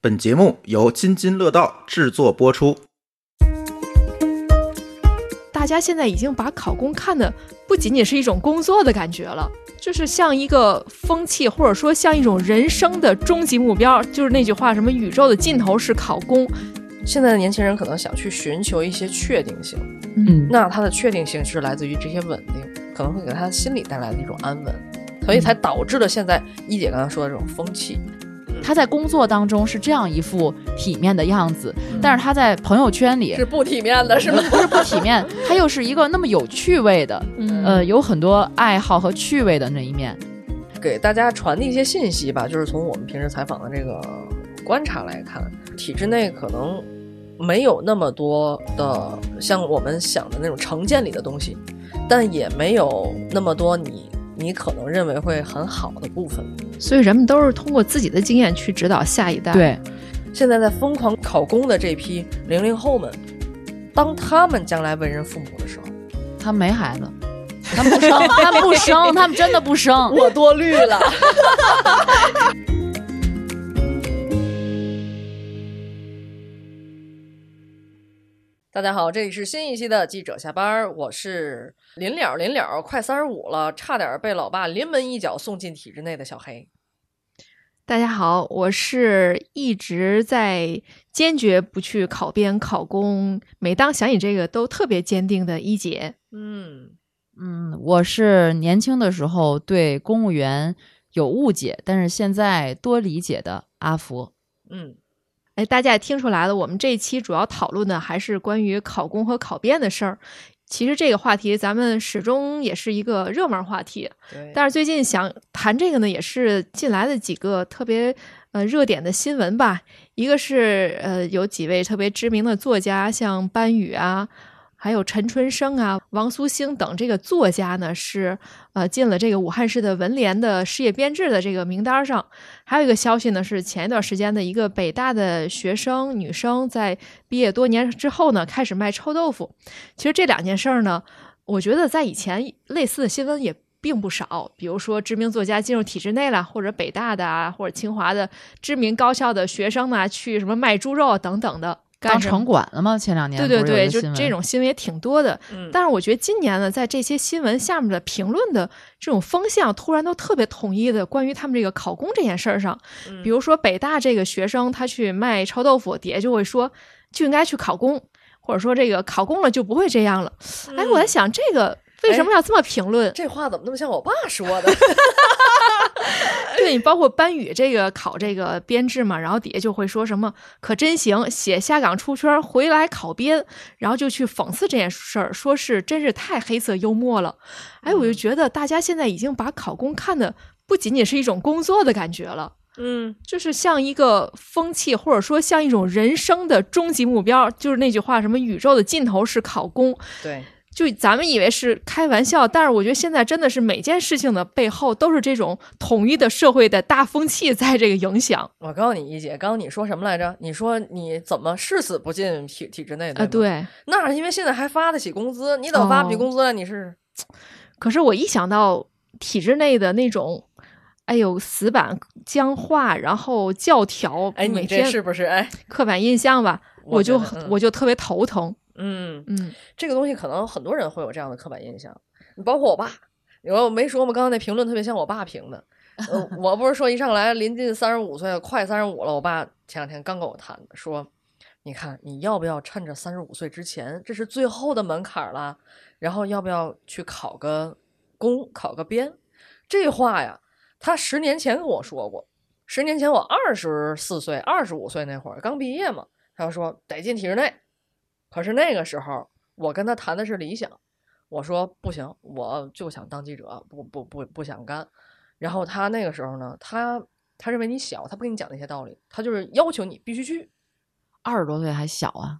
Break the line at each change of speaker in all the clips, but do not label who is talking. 本节目由津津乐道制作播出。
大家现在已经把考公看的不仅仅是一种工作的感觉了，就是像一个风气，或者说像一种人生的终极目标。就是那句话，什么宇宙的尽头是考公。
现在的年轻人可能想去寻求一些确定性，
嗯
那它的确定性是来自于这些稳定，可能会给他心理带来的一种安稳，所以才导致了现在一姐刚才说的这种风气。
他在工作当中是这样一副体面的样子，
嗯
但是他在朋友圈里
不体面的，是吗？
不是不 体面，他又是一个那么有趣味的，
嗯
呃，有很多爱好和趣味的那一面。
给大家传递一些信息吧，就是从我们平时采访的这个观察来看，体制内可能没有那么多的像我们想的那种成见里的东西，但也没有那么多你你可能认为会很好的部分。
所以人们都是通过自己的经验去指导下一代。，
对，
现在在疯狂考公的这批零零后们，当他们将来为人父母的时候，
他没 孩子，他不生，他不生，他们真的不生。
我多虑了。 大家好，这里是新一期的记者下班儿，我是临了临了，快三十五了，差点被老爸临门一脚送进体制内的小黑。
大家好，我是一直在坚决不去考编考公，每当想起这个都特别坚定的一姐。
嗯，
嗯，我是年轻的时候对公务员有误解，但是现在多理解的阿福。
嗯，
哎，大家也听出来了，我们这一期主要讨论的还是关于考公和考编的事儿。其实这个话题咱们始终也是一个热门话题，
对，
但是最近想谈这个呢，也是近来的几个特别呃热点的新闻吧。一个是呃有几位特别知名的作家，像班宇啊，还有陈春生啊、王苏兴等这个作家呢，是呃进了这个武汉市的文联的事业编制的这个名单上。还有一个消息呢，是前一段时间的一个北大的学生女生在毕业多年之后呢，开始卖臭豆腐。其实这两件事儿呢，我觉得在以前类似的新闻也并不少，比如说知名作家进入体制内了，或者北大的啊，或者清华的知名高校的学生呢，去什么卖猪肉啊等等的，
当
干什么
城管了吗？前两年
对对
不是有
对，
一个
就
新闻
这种新闻也挺多的。
嗯
但是我觉得今年呢，在这些新闻下面的评论的这种风向，突然都特别统一的关于他们这个考公这件事儿上。
嗯
比如说北大这个学生他去卖臭豆腐，底下就会说就应该去考公，或者说这个考公了就不会这样了。哎，我在想这个为什么要这么评论？
嗯哎这话怎么那么像我爸说的？
对你包括班宇这个考这个编制嘛，然后底下就会说什么可真行，写下岗出圈儿回来考编，然后就去讽刺这件事儿，说是真是太黑色幽默了。哎，
嗯
我就觉得大家现在已经把考公看的不仅仅是一种工作的感觉了。
嗯，
就是像一个风气，或者说像一种人生的终极目标，就是那句话，什么宇宙的尽头是考公。
对，
就咱们以为是开玩笑，但是我觉得现在真的是每件事情的背后都是这种统一的社会的大风气在这个影响
我告诉你，一姐，刚刚你说什么来着？你说你怎么誓死不进体体制内
啊。
对吗，
对，
那是因为现在还发得起工资，你等发不起
哦
工资了，你是
可是我一想到体制内的那种，哎呦死板僵化，然后教条，
哎，
每
你这
天
是不是哎？
刻板印象吧，我就
觉得嗯
我就特别头疼。
嗯，
嗯，
这个东西可能很多人会有这样的刻板印象，你包括我爸。你说我没说吗？刚刚那评论特别像我爸评的。呃，我不是说一上来临近三十五岁了，快三十五了，我爸前两天刚跟我谈的，说你看你要不要趁着三十五岁之前，这是最后的门槛儿了，然后要不要去考个公，考个编？这话呀，他十年前跟我说过，十年前我二十四岁、二十五岁那会儿刚毕业嘛，他就说得进体制内。可是那个时候我跟他谈的是理想，我说不行，我就想当记者，不不不不想干。然后他那个时候呢，他他认为你小，他不跟你讲那些道理，他就是要求你必须去。
二十多岁还小啊，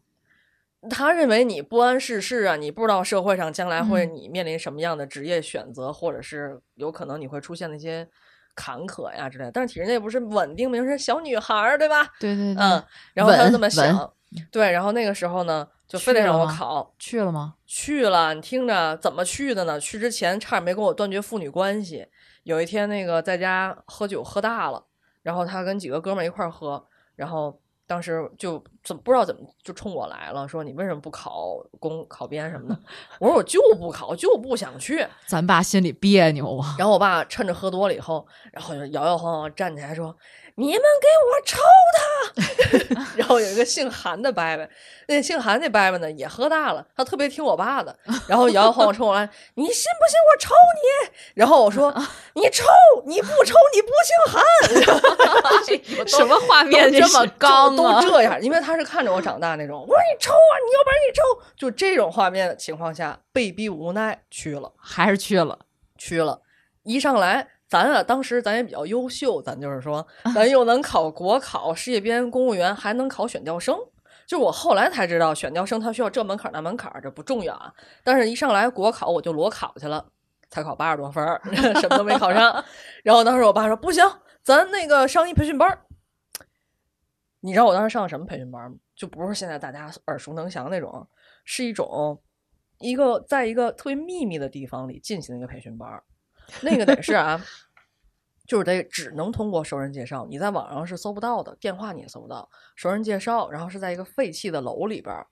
他认为你不谙世事啊，你不知道社会上将来
嗯
会你面临什么样的职业选择，或者是有可能你会出现的一些坎坷呀之类的。但是体制内不是稳定名是小女孩儿对吧？
对对对，
嗯，然后他就
稳
这么想
稳，
对，然后那个时候呢，就非得
去了
让我
吗
考，
去了吗？
去了，你听着，怎么去的呢？去之前差点没跟我断绝父女关系。有一天，那个在家喝酒喝大了，然后他跟几个哥们儿一块儿喝，然后当时就怎么不知道怎么就冲我来了，说你为什么不考公考编什么的？ 我说我就不考，就不想去。
咱爸心里别扭啊，
然后我爸趁着喝多了以后，然后就摇摇晃晃站起来说：“你们给我抽他！” 然后有一个姓韩的伯伯，那姓韩那伯伯呢也喝大了，他特别听我爸的，然后摇摇晃晃冲我来：“你信不信我抽你？”然后我 说：“你抽，你不抽，你不姓韩。
什么画面
这么刚
都
啊，
这样，因为他是看着我长大那种。我说：“你抽啊，你要不然你抽。”就这种画面的情况下，被逼无奈去了。
还是去了。
去了。一上来，咱啊，当时咱也比较优秀，咱就是说，咱又能考国考、事业编、公务员，还能考选调生。就是我后来才知道，选调生它需要这门槛儿那门槛儿，这不重要啊。但是一上来国考我就裸考去了，才考八十多分儿， 什么都没考上。然后当时我爸说：“不行，咱那个上一培训班儿。”你知道我当时上什么培训班儿吗？就不是现在大家耳熟能详那种，是一种一个在一个特别秘密的地方里进行一个培训班儿，那个得是啊， 就是得只能通过熟人介绍，你在网上是搜不到的，电话你也搜不到，熟人介绍，然后是在一个废弃的楼里边儿，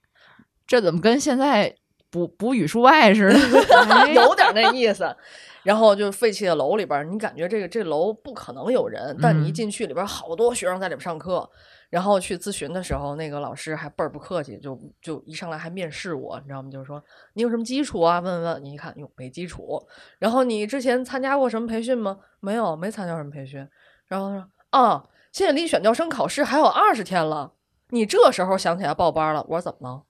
这怎么跟现在捕捕语数外似 的？
哎
有点那意思。然后就是废弃的楼里边儿，你感觉这个这楼不可能有人，但你一
嗯
进去里边儿好多学生在里边上课。然后去咨询的时候，那个老师还倍儿不客气，就就一上来还面试我，你知道吗？就是说你有什么基础啊？问问你一看，哟，没基础。然后你之前参加过什么培训吗？没有，没参加过什么培训。然后他说啊，现在离选调生考试还有二十天了，你这时候想起来报班了？我说怎么了？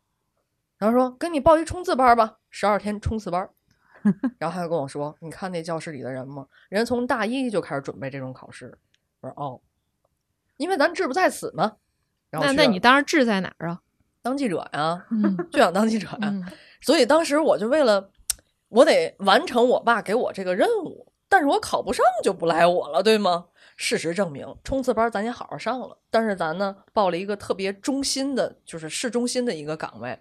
然后说给你报一冲刺班吧，十二天冲刺 班。然后他就跟我说：“你看那教室里的人吗？人从大一就开始准备这种考试。”我说：“哦，因为咱志不在此嘛。”然后
那
去
那
了
你当时志在哪儿啊？
当记者呀、
嗯
就想当记者呀、
嗯
所以当时我就为了我得完成我爸给我这个任务，但是我考不上就不赖我了，对吗？事实证明，冲刺班咱也好好上了，但是咱呢报了一个特别中心的，就是市中心的一个岗位，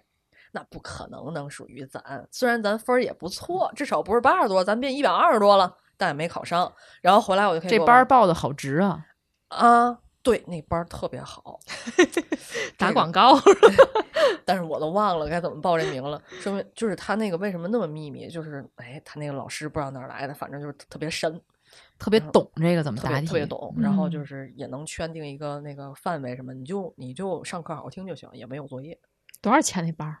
那不可能能属于咱。虽然咱分儿也不错，至少不是八十多，咱变一百二十多了，但也没考上。然后回来我就可以
这
给我
班儿
爸
报的好值啊！
啊，对，那班儿特别好，
打
这个
广告，
但是我都忘了该怎么报这名了，说明就是他那个为什么那么秘密，就是哎，他那个老师不知道哪儿来的，反正就是特别深，
特别
嗯
懂这个怎么
特
答
别
题，
特别懂，然后就
嗯
是也能圈定一个那个范围什么，你就你就上课好好听就行，也没有作业，
多少钱那班儿？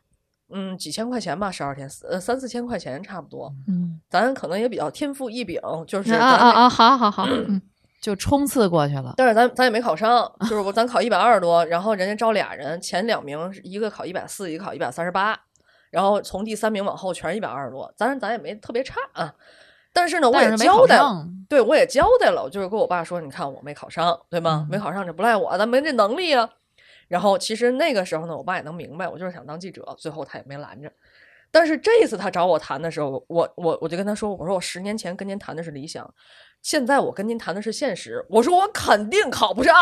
嗯，几千块钱吧，十二天，呃，三四千块钱差不多，
嗯，
咱可能也比较天赋异禀，就是
啊
咱
啊
那
啊！好好好，嗯，
就冲刺过去了。
但是咱咱也没考上，就是我咱考一百二十多，然后人家招俩人，前两名是一个考一百四，一个考一百三十八，然后从第三名往后全是一百二十多，咱咱也没特别差啊。但是呢，我
但
也
是没
交
考
代，
上，
对我也交代了，我就是跟我爸说，你看我没考上，对吗？
嗯
没考上这不赖我，咱没这能力啊。然后其实那个时候呢，我爸也能明白，我就是想当记者，最后他也没拦着。但是这一次他找我谈的时候，我我我就跟他说，我说我十年前跟您谈的是理想，现在我跟您谈的是现实。我说我肯定考不上，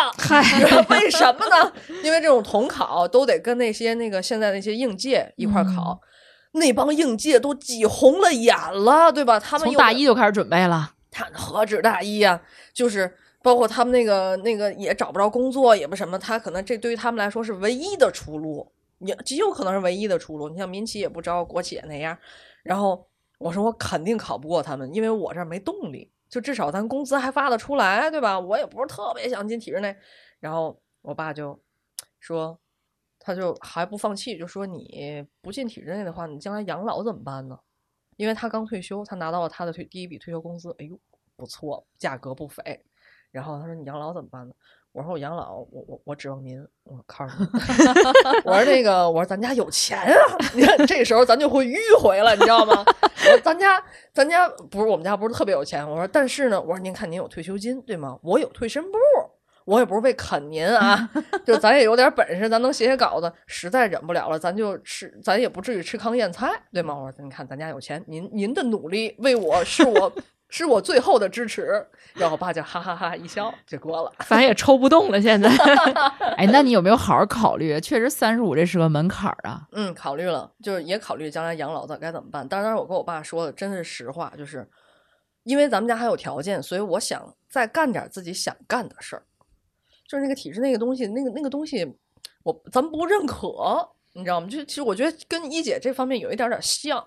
为什么呢？因为这种统考都得跟那些那个现在那些应届一块儿考，
嗯
那帮应届都挤红了眼了，对吧？他们
从
又
大
没
一就开始准备了，
他何止大一呀、啊就是包括他们那个那个也找不着工作，也不什么，他可能这对于他们来说是唯一的出路，也极有可能是唯一的出路。你像民企也不招，国企也那样。然后我说我肯定考不过他们，因为我这儿没动力，就至少咱工资还发得出来，对吧？我也不是特别想进体制内。然后我爸就说。他就还不放弃，就说你不进体制内的话，你将来养老怎么办呢？因为他刚退休，他拿到了他的退第一笔退休工资，哎呦，不错，价格不菲。然后他说：“你养老怎么办呢？”我说：“我养老，我我我指望您，我靠着您。”我说：“那个，我说咱家有钱啊！你看这时候咱就会迂回了，你知道吗？我说咱家咱家不是我们家不是特别有钱。我说，但是呢，我说您看您有退休金对吗？我有退身部，我也不是为啃您啊，就咱也有点本事，咱能写写稿子，实在忍不了了，咱就吃，咱也不至于吃糠咽菜，对吗？我说，你看咱家有钱，您您的努力为我是我 是我最后的支持。然后我爸就哈哈哈一笑就过了。
反正也抽不动了，现在
哎，那你有没有好好考虑？确实，三十五这是个门槛儿啊。
嗯，考虑了，就是也考虑将来养老的该怎么办。当然，我跟我爸说的真是实话，就是因为咱们家还有条件，所以我想再干点自己想干的事儿。就是那个体制那个东西，那个那个东西，我咱们不认可，你知道吗？就其实我觉得跟一姐这方面有一点点像，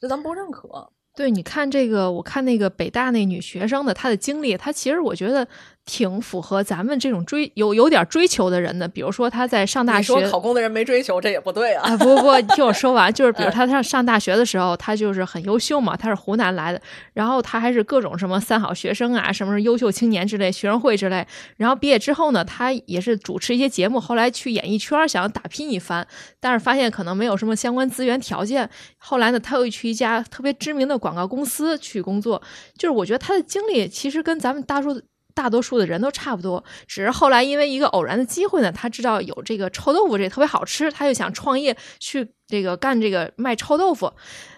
就咱不认可。
对，你看这个，我看那个北大那女学生的她的经历，她其实我觉得挺符合咱们这种追有有点追求的人的。比如说她在上大
你
学，
说考公的人没追求，这也不对啊。
啊，不不不，你听我说完，就是比如他上上大学的时候，他就是很优秀嘛，他是湖南来的，然后他还是各种什么三好学生啊，什么优秀青年之类、学生会之类，然后毕业之后呢，他也是主持一些节目，后来去演艺圈儿想要打拼一番，但是发现可能没有什么相关资源条件，后来呢，他又去一家特别知名的广告公司去工作，就是我觉得他的经历其实跟咱们大数。大多数的人都差不多，只是后来因为一个偶然的机会呢，他知道有这个臭豆腐这特别好吃，他就想创业去这个干这个卖臭豆腐。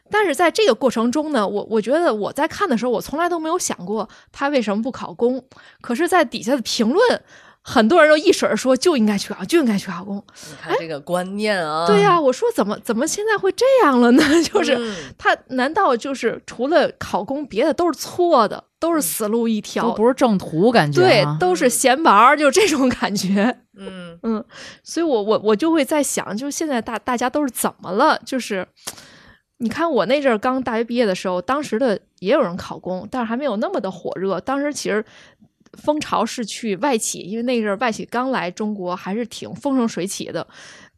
但是在这个过程中呢，我我觉得我在看的时候，我从来都没有想过他为什么不考公。可是，在底下的评论，很多人都一水儿说就应该去考，就应该去考公。
你看这个观念啊，
嗯
对呀、我说怎么怎么现在会这样了呢？ 就是、
嗯
他难道就是除了考公，别的都是错的，都是死路一条？
嗯都不是正途，感觉
对
啊，
都是
嗯
闲玩儿，就这种感觉。
嗯，
嗯，所以我我我就会在想，就现在大大家都是怎么了？就是你看我那阵儿刚大学毕业的时候，当时的也有人考公，但是还没有那么的火热。当时其实风潮是去外企，因为那阵儿外企刚来中国，还是挺风生水起的。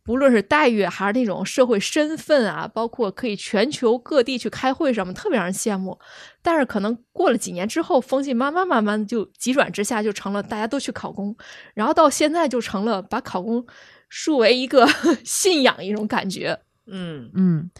不论是待遇还是那种社会身份啊，包括可以全球各地去开会什么，特别让人羡慕。但是可能过了几年之后，风气慢慢慢慢就急转直下，就成了大家都去考公，然后到现在就成了把考公树为一个 信仰一种感觉。
嗯
嗯，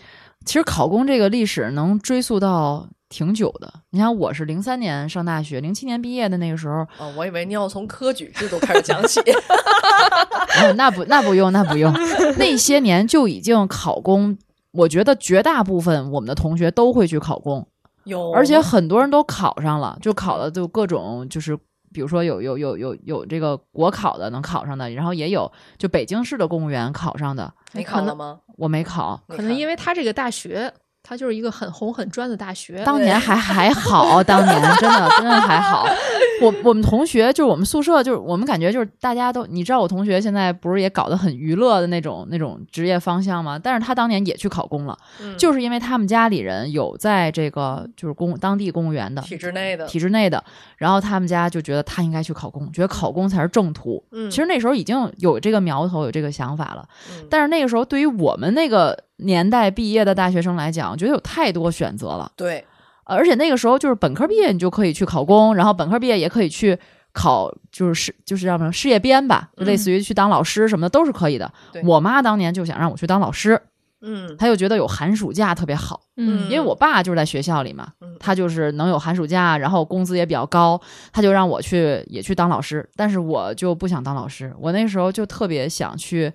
其实考公这个历史能追溯到挺久的。你看，我是零三年上大学，零七年毕业的那个时候，
哦，我以为你要从科举制度开始 讲起。
哦，那不那不用那不用，那些年就已经考公。我觉得绝大部分我们的同学都会去考公，
有，
而且很多人都考上了，就考了就各种就是。比如说有有有有有这个国考的能考上的，然后也有就北京市的公务员考上的，
你
可
考了
能
吗？
我没考，
你
可能
看
因为他这个大学，它就是一个很红很专的大学。
当年还还好，当年真的真的还好。我我们同学就是我们宿舍，就是我们感觉就是大家都，你知道我同学现在不是也搞得很娱乐的那种那种职业方向吗？但是他当年也去考公了，
嗯
就是因为他们家里人有在这个就是公当地公务员的
体制内的，
体制内的，然后他们家就觉得他应该去考公，觉得考公才是正途。
嗯，
其实那时候已经有这个苗头，有这个想法了。
嗯，
但是那个时候，对于我们那个年代毕业的大学生来讲，我觉得有太多选择了。
对，
而且那个时候就是本科毕业，你就可以去考公，然后本科毕业也可以去考，就是事就是叫什么事业编吧，就类似于去当老师什么的都是可以的
嗯对。
我妈当年就想让我去当老师，
嗯
她就觉得有寒暑假特别好，
嗯
嗯
因为我爸就是在学校里嘛
嗯，
他就是能有寒暑假，然后工资也比较高，他就让我去也去当老师，但是我就不想当老师，我那时候就特别想去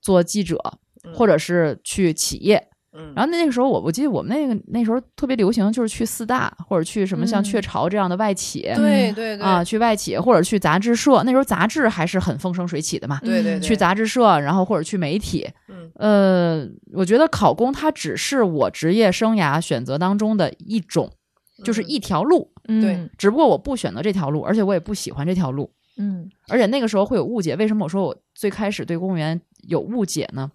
做记者
嗯，
或者是去企业，
嗯，
然后那个时候我我记得我们那个那时候特别流行，就是去四大或者去什么像
嗯
雀巢这样的外企、
对对对
啊，，去外企或者去杂志社。那时候杂志还是很风生水起的嘛，
对嗯对，
嗯去
对，
杂志社，然后或者去媒体。
嗯
呃，我觉得考公它只是我职业生涯选择当中的一种，就是
嗯
一条路。
对
只不过我不选择这条路，而且我也不喜欢这条路。
嗯
而且那个时候会有误解。为什么我说我最开始对公务员有误解呢？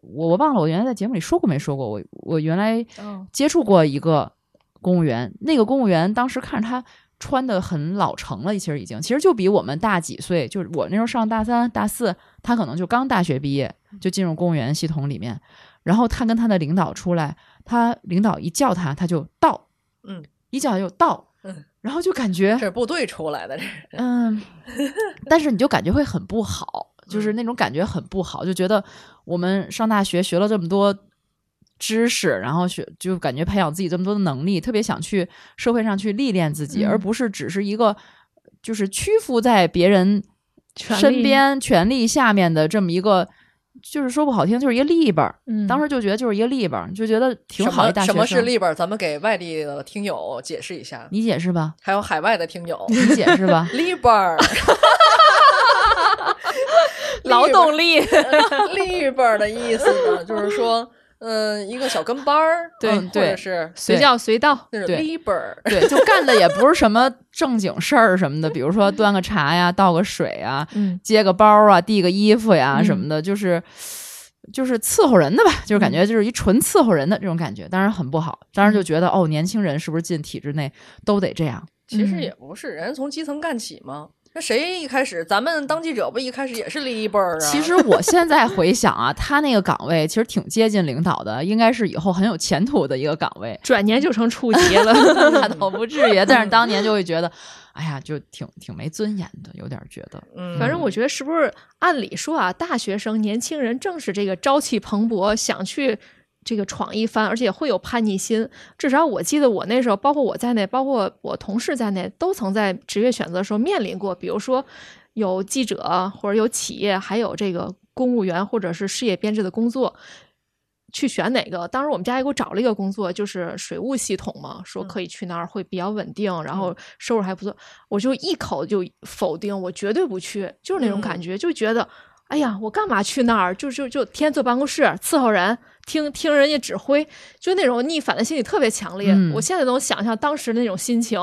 我我忘了我原来在节目里说过没说过，我我原来
哦
接触过一个公务员，那个公务员当时看着他穿的很老成了，其实已经，其实就比我们大几岁，就是我那时候上大三、大四，他可能就刚大学毕业就进入公务员系统里面，然后他跟他的领导出来，他领导一叫他，他就到，
嗯，
一叫他就到，
嗯，
然后就感觉
这是部队出来的，这是，
嗯， 但是你就感觉会很不好，
嗯
就是那种感觉很不好，就觉得我们上大学学了这么多知识，然后学就感觉培养自己这么多的能力，特别想去社会上去历练自己，
嗯
而不是只是一个就是屈服在别人
权
身
力
边权力下面的这么一个。就是说不好听，就是一个立本儿。
嗯，
当时就觉得就是一个立本儿，就觉得挺
什
好一
么
大学
什
生。
么是立本儿？咱们给外地的听友解释一下，
你解释吧，
还有海外的听友，。
你解释吧
立本儿，
劳动力，
立本儿的意思呢，就是说嗯，一个小跟班儿，
对
嗯或
对
者是
对
随叫随到，
那种
对
Liber，
对，就干的也不是什么正经事儿什么的，比如说端个茶呀、倒个水啊、
嗯，
接个包啊、递个衣服呀
嗯。
什么的，就是就是伺候人的吧，就是感觉就是一纯伺候人的这种感觉，当然很不好。当时就觉得哦，年轻人是不是进体制内都得这样？
其
嗯
实也不是，人家从基层干起嘛。那谁一开始，咱们当记者不一开始也是 Liber 啊？
其实我现在回想啊，他那个岗位其实挺接近领导的，应该是以后很有前途的一个岗位
转年就成处级了。
那倒不至于，但是当年就会觉得，哎呀，就挺挺没尊严的，有点觉得。
嗯，
反正我觉得是不是按理说啊，大学生、年轻人正是这个朝气蓬勃，想去这个闯一番，而且会有叛逆心。至少我记得我那时候，包括我在内，包括我同事在内，都曾在职业选择的时候面临过，比如说有记者或者有企业，还有这个公务员或者是事业编制的工作。去选哪个？当时我们家也给我找了一个工作，就是水务系统嘛，说可以去那儿会比较稳定，然后收入还不错。我就一口就否定，我绝对不去，就是那种感觉，就觉得，哎呀，我干嘛去那儿？就就就天天坐办公室伺候人，听听人家指挥，就那种逆反的心理特别强烈。
嗯
我现在都能想象当时那种心情，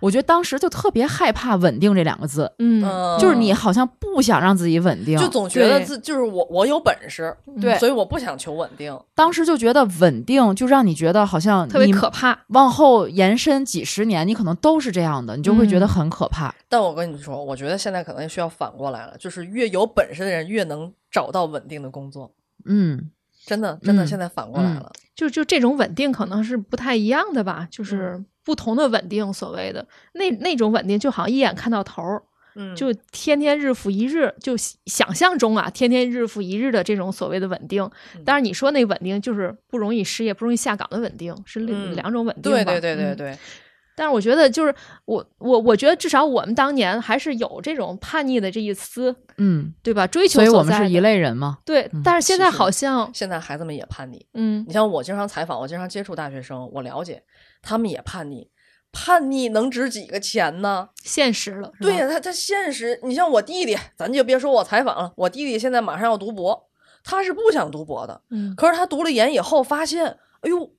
我觉得当时就特别害怕“稳定”这两个字，
嗯
嗯
就是你好像不想让自己稳定，
就总觉得
对嗯
自就是我我有本事，
对
所以我不想求稳定。
当时就觉得稳定就让你觉得好像
特别
你
可怕。
往后延伸几十年，你可能都是这样的，你就会觉得很可怕。
但我跟你说，我觉得现在可能需要反过来了，就是越有本事的人越能找到稳定的工作，
嗯，
真的真的
嗯
现在反过来
嗯
了。
就就这种稳定可能是不太一样的吧，
嗯
就是不同的稳定，所谓的那那种稳定，就好像一眼看到头儿，
嗯，
就天天日复一日，就想象中啊，天天日复一日的这种所谓的稳定
嗯。
当然，你说那稳定就是不容易失业、不容易下岗的稳定，是
嗯
另两种稳定吧
对对对对
嗯
对，
但是我觉得，就是我我我觉得，至少我们当年还是有这种叛逆的这一丝，
嗯，
对吧？追求
所以
所
我们
在
是一
的
类人嘛。
对
嗯，
但是现
其
在
实
好像
现在孩子们也叛逆。
嗯，
你像我经常采访，我经常接触大学生，我了解他们也叛逆。叛逆能值几个钱呢？
现实了，是吧
对呀、他他现实。你像我弟弟，咱就别说我采访了，我弟弟现在马上要读博，他是不想读博的，
嗯，
可是他读了研以后发现，哎呦，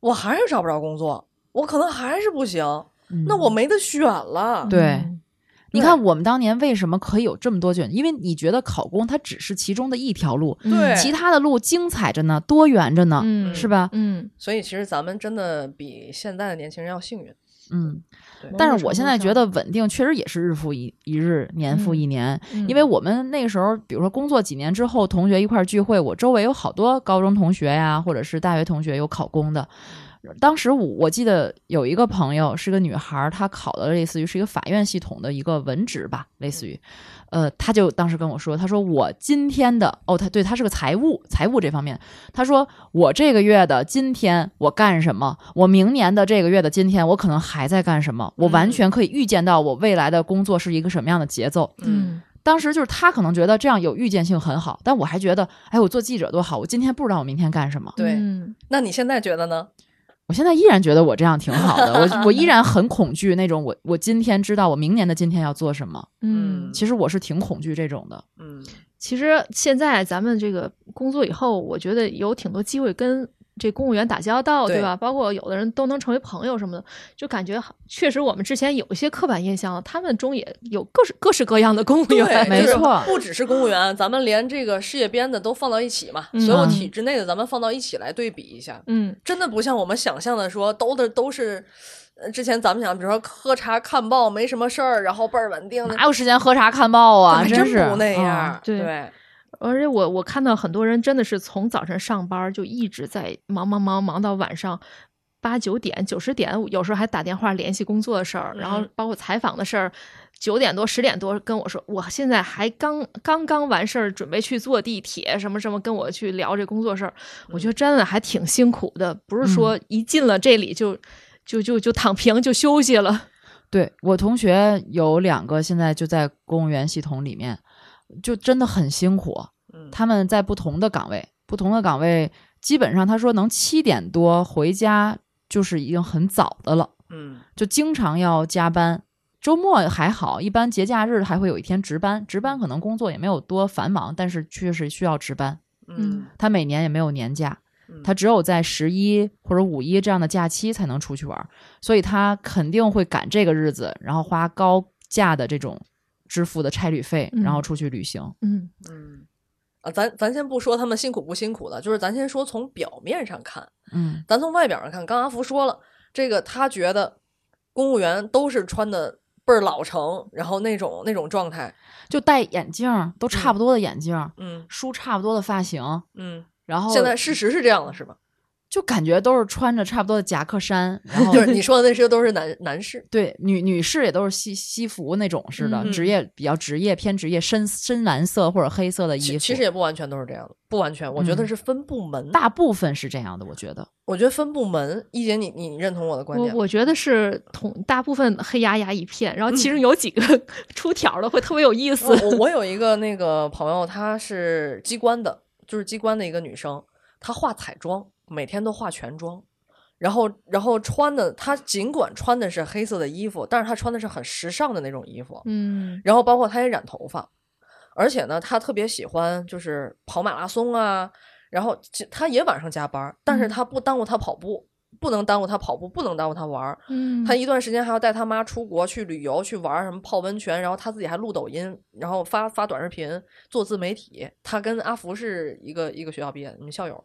我还是找不着工作，我可能还是不行，
嗯
那我没得选了。
对
嗯
你看我们当年为什么可以有这么多卷？因为你觉得考公它只是其中的一条路，
对
其他的路精彩着呢，多元着呢，
嗯
是吧？
嗯，
所以其实咱们真的比现在的年轻人要幸运。
嗯
对，
但是我现在觉得稳定确实也是日复一一日，年复一年，因为我们那个时候，比如说工作几年之后，同学一块儿聚会，我周围有好多高中同学呀，或者是大学同学有考公的。当时我我记得有一个朋友是个女孩儿，她考的类似于是一个法院系统的一个文职吧，类似于，呃，她就当时跟我说，她说我今天的哦，她对她是个财务，财务这方面，她说我这个月的今天我干什么，我明年的这个月的今天我可能还在干什么，我
嗯
完全可以预见到我未来的工作是一个什么样的节奏。
嗯
当时就是他可能觉得这样有预见性很好，但我还觉得，哎，我做记者多好，我今天不知道我明天干什么。
对，
嗯
那你现在觉得
嗯
呢？
我现在依然觉得我这样挺好的，我我依然很恐惧那种我我今天知道我明年的今天要做什么，
嗯，
其实我是挺恐惧这种的。
嗯，
其实现在咱们这个工作以后，我觉得有挺多机会跟这公务员打交道，
对
对吧？包括有的人都能成为朋友什么的，就感觉好确实我们之前有一些刻板印象，他们中也有各式各式各样的公务员，
没
就是
错
不只是公务员，咱们连这个事业编的都放到一起嘛，
嗯
所有体制内的咱们放到一起来对比一下，
嗯
真的不像我们想象的说，都的都是。呃之前咱们想，比如说喝茶看报没什么事儿，然后倍儿稳定，
哪有时间喝茶看报啊？
还
真是
不那样。
嗯
对
对，
而且我我看到很多人真的是从早晨上班就一直在忙忙忙忙到晚上八九点九十点，有时候还打电话联系工作的事儿，然后
嗯
包括采访的事儿，九点多十点多跟我说，我现在还刚刚刚完事儿，准备去坐地铁什么什么，跟我去聊这工作事儿，我觉得真的还挺辛苦的，不是说一进了这里就就就就躺平就休息了，
对我同学有两个现在就在公务员系统里面，就真的很辛苦。
嗯，
他们在不同的岗位，不同的岗位，基本上他说能七点多回家就是已经很早的了，
嗯
就经常要加班。周末还好，一般节假日还会有一天值班，值班可能工作也没有多繁忙，但是确实需要值班。
嗯
他每年也没有年假，
嗯
他只有在十一或者五一这样的假期才能出去玩儿，所以他肯定会赶这个日子，然后花高价的这种支付的差旅费，然后
嗯
出去旅行。
嗯
嗯，啊，咱咱先不说他们辛苦不辛苦的，就是咱先说从表面上看，
嗯
咱从外表上看，刚阿福说了，这个他觉得公务员都是穿的倍儿老成，然后那种那种状态，
就戴眼镜儿，都差不多的眼镜儿，
嗯
梳差不多的发型，
嗯，
然后
现在事实是这样的，是吧？
就感觉都是穿着差不多的夹克衫，然后
就是你说的那些都是男男士，
对女女士也都是西西服那种似的，
嗯
职业比较职业偏职业深深蓝色或者黑色 的衣
其
服，
其实也不完全都是这样的，不完全，我觉得
嗯
是分部门。
大部分是这样的，我觉得。
我觉得分部门，一姐你你认同我的观
我
点吗？
我觉得是同大部分黑压压一片，然后
嗯
其中有几个 出挑的会特别有意思
我。哦 我我有一个那个朋友，她是机关的，就是机关的一个女生，她化彩妆，每天都化全妆，然后然后穿的，她尽管穿的是黑色的衣服，但是她穿的是很时尚的那种衣服，
嗯
然后包括她也染头发，而且呢，她特别喜欢就是跑马拉松啊，然后其她也晚上加班，但是她不耽误她跑步。不能耽误她跑步，不能耽误她玩儿。
嗯
她一段时间还要带她妈出国去旅游、去玩儿，什么泡温泉，然后她自己还录抖音，然后发发短视频做自媒体。她跟阿福是一个一个学校毕业的，你们校友，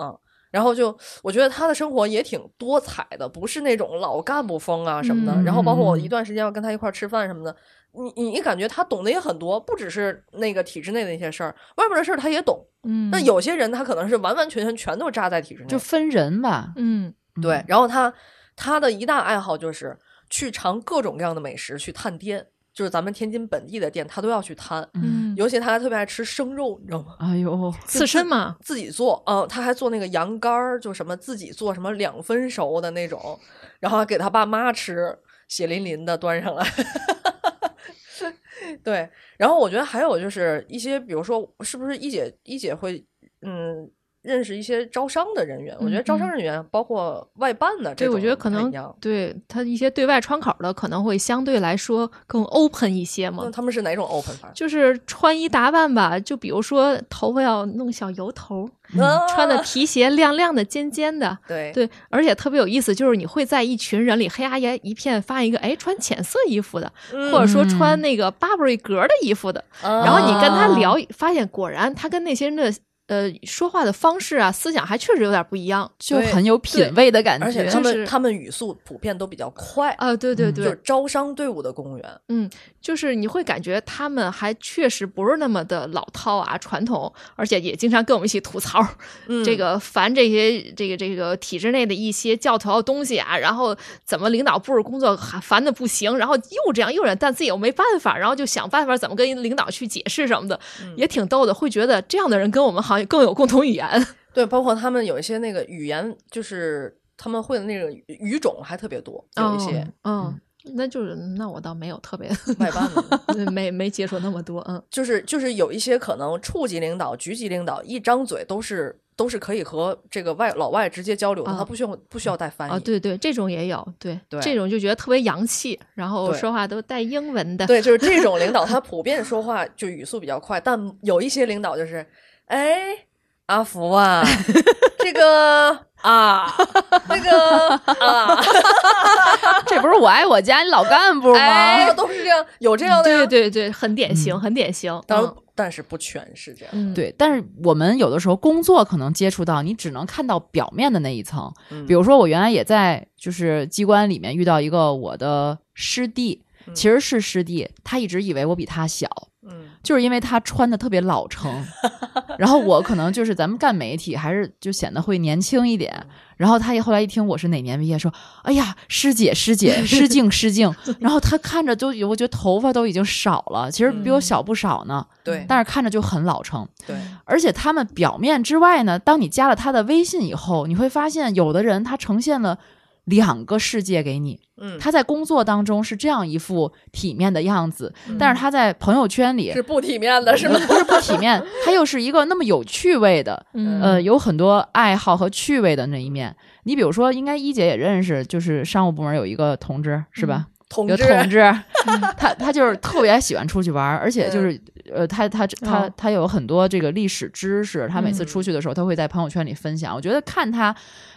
嗯。然后就我觉得她的生活也挺多彩的，不是那种老干部风啊什么的。
嗯
然后包括我一段时间要跟她一块儿吃饭什么的，你你你感觉她懂得也很多，不只是那个体制内的那些事儿，外面的事儿她也懂。
嗯
那有些人他可能是完完全全全都扎在体制内，
就分人吧，
嗯
对
嗯，，
然后他他的一大爱好就是去尝各种各样的美食，去探店，就是咱们天津本地的店，他都要去探。
嗯，
嗯，
尤其他还特别爱吃生肉，你知道吗？
哎呦，
刺身嘛，
自己做，嗯，他还做那个羊肝儿，就什么自己做什么两分熟的那种，然后还给他爸妈吃，血淋淋的端上来。 对，然后我觉得还有就是一些，比如说是不是一姐一姐会嗯认识一些招商的人员？我觉得招商人员包括外办的
嗯
这
对，
种哎
我觉得可
不太
能
一样
对它一些对外窗口的可能会相对来说更 open 一些嘛
那。他们是哪种 open 法？
就是穿衣打扮吧，就比如说头发要弄小油头，
啊
嗯穿的皮鞋亮亮的、尖尖的，
对
对，而且特别有意思，就是你会在一群人里黑压压一片发现一个，哎，穿浅色衣服的，
嗯
或者说
嗯
穿那个 Burberry 格的衣服的，
啊
然后你跟他
啊
聊，发现果然他跟那些人的呃说话的方式啊、思想还确实有点不一样。
就
对
很有品位的感觉。
而且他
就
们
是
他们语速普遍都比较快，
啊，对对
嗯
就
对，
是招商队伍的公务员，
就是你会感觉他们还确实不是那么的老套啊、传统，而且也经常跟我们一起吐槽，
嗯
这个烦这些这个这个体制内的一些教条的东西啊，然后怎么领导布置工作还烦的不行，然后又这样又这样，但自己又没办法，然后就想办法怎么跟领导去解释什么的，
嗯
也挺逗的。会觉得这样的人跟我们好像更有共同语言。
对，包括他们有一些那个语言，就是他们会的那种语语种还特别多，有一些
嗯，那就是那我倒没有 特别
外办的，
没没接触那么多，嗯
就是就是有一些可能处级领导、局级领导一张嘴都是都是可以和这个外老外直接交流的，
啊
他不需要不需要带翻
啊，
译。
对对，这种也有，对
对
这种就觉得特别洋气，然后
对
说话都带英文的，
对，就是这种领导，他普遍说话就语速比较快，但有一些领导就是，哎，阿福啊，这个啊，那个啊，
这不是我爱我家老干部
哎，
吗？
都是这样，有这样的呀
对。对对，很典型，
嗯
很典型。
当然
嗯，
但是不全是这样。
嗯，
对，但是我们有的时候工作可能接触到，你只能看到表面的那一层。比如说，我原来也在就是机关里面遇到一个我的师弟，
嗯
其实是师弟，他一直以为我比他小，
嗯，
就是因为他穿的特别 老成，然后我可能就是咱们干媒体还是就显得会年轻一
嗯
点。然后他一后来一听我是哪年毕业，说：“哎呀，师姐师姐，失敬 失敬。”然后他看着就有我觉得头发都已经少了，其实比我小不少呢，
嗯对
但是看着就很老成。
对，
而且他们表面之外呢，当你加了他的微信以后，你会发现有的人他呈现了。两个世界给你，
嗯，
他在工作当中是这样一副体面的样子，
嗯
但是他在朋友圈里
是不体面的，是吗？
不是不体面，他又是一个那么有趣味的，
嗯
呃，有很多爱好和趣味的那一面。你比如说，应该一姐也认识，就是商务部门有一个同志是吧？
嗯同
有
志， 嗯
同志，他他就是特别喜欢出去玩儿，而且就是呃，他他他
哦
他有很多这个历史知识，他每次
嗯
出去的时候，他会在朋友圈里分享。我觉得看他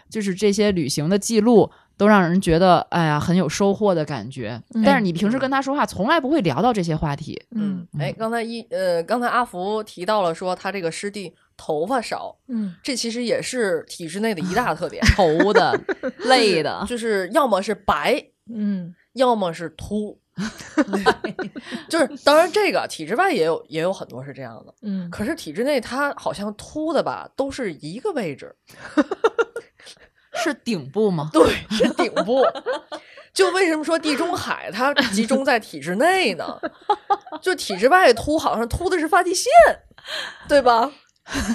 就是这些旅行的记录，都让人觉得哎呀很有收获的感觉。但是你平时跟他说话，从来不会聊到这些话题。，
嗯，哎，刚才一呃，刚才阿福提到了说他这个师弟头发少，
嗯，
这其实也是体制内的一大特点
愁的、累的，
就是要么是白，
嗯
要么是 秃。就是当然，这个体制外也有也有很多是这样的，
嗯，
可是体制内他好像秃的吧，都是一个位置，
是顶部吗？
对，是顶部。就为什么说地中海它集中在体制内呢？就体制外秃，好像秃的是发际线，对吧？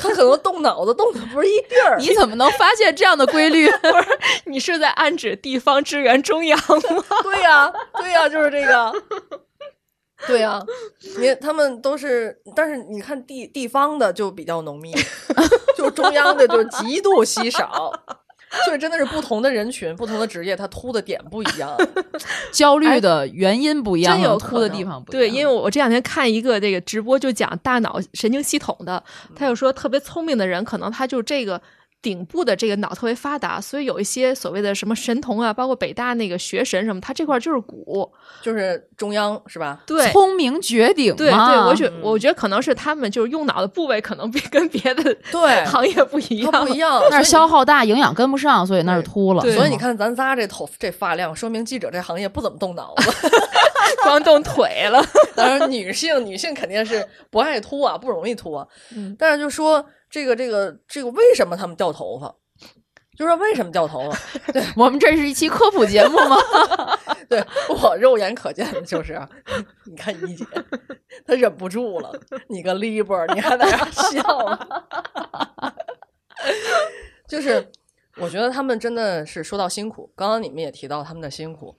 他可能动脑子动的不是一地儿。
你怎么能发现这样的 规律？
你是在暗指地方支援中央吗？
对呀、对呀、就是这个。对呀、你他们都是，但是你看地地方的就比较浓密，就中央的就极度稀少，所以真的是不同的人群、不同的职业，它秃的点不一样。
焦虑的原因不一样，
真有
秃的
可能
地方不一样。
对，因为我这两天看一个这个直播，就讲大脑神经系统的，他就说特别聪明的人，可能他就这个顶部的这个脑特别发达，所以有一些所谓的什么神童啊，包括北大那个学神什么，他这块儿就是骨。
就是中央是吧？
对，
聪明绝顶嘛。
对对，我觉
嗯
我觉得可能是他们就是用脑的部位可能比跟别的
对
行业不一
它
样
不。一样，
那儿
所以
消耗大，营养跟不上，所以那儿秃了。
对
所以你，看，咱仨这头这发量，说明记者这行业不怎么动脑子。
光动腿了。
当然，女性女性肯定是不爱秃啊，不容易秃啊。
嗯
但是就说这个这个这个，为什么他们掉头发？就说为什么掉头发？
我们这是一期科普节目 吗？
对我肉眼可见的就是啊， 你看一姐，她忍不住了，你个 liber，你还在那儿笑呢，就是我觉得他们真的是说到辛苦，刚刚你们也提到他们的辛苦，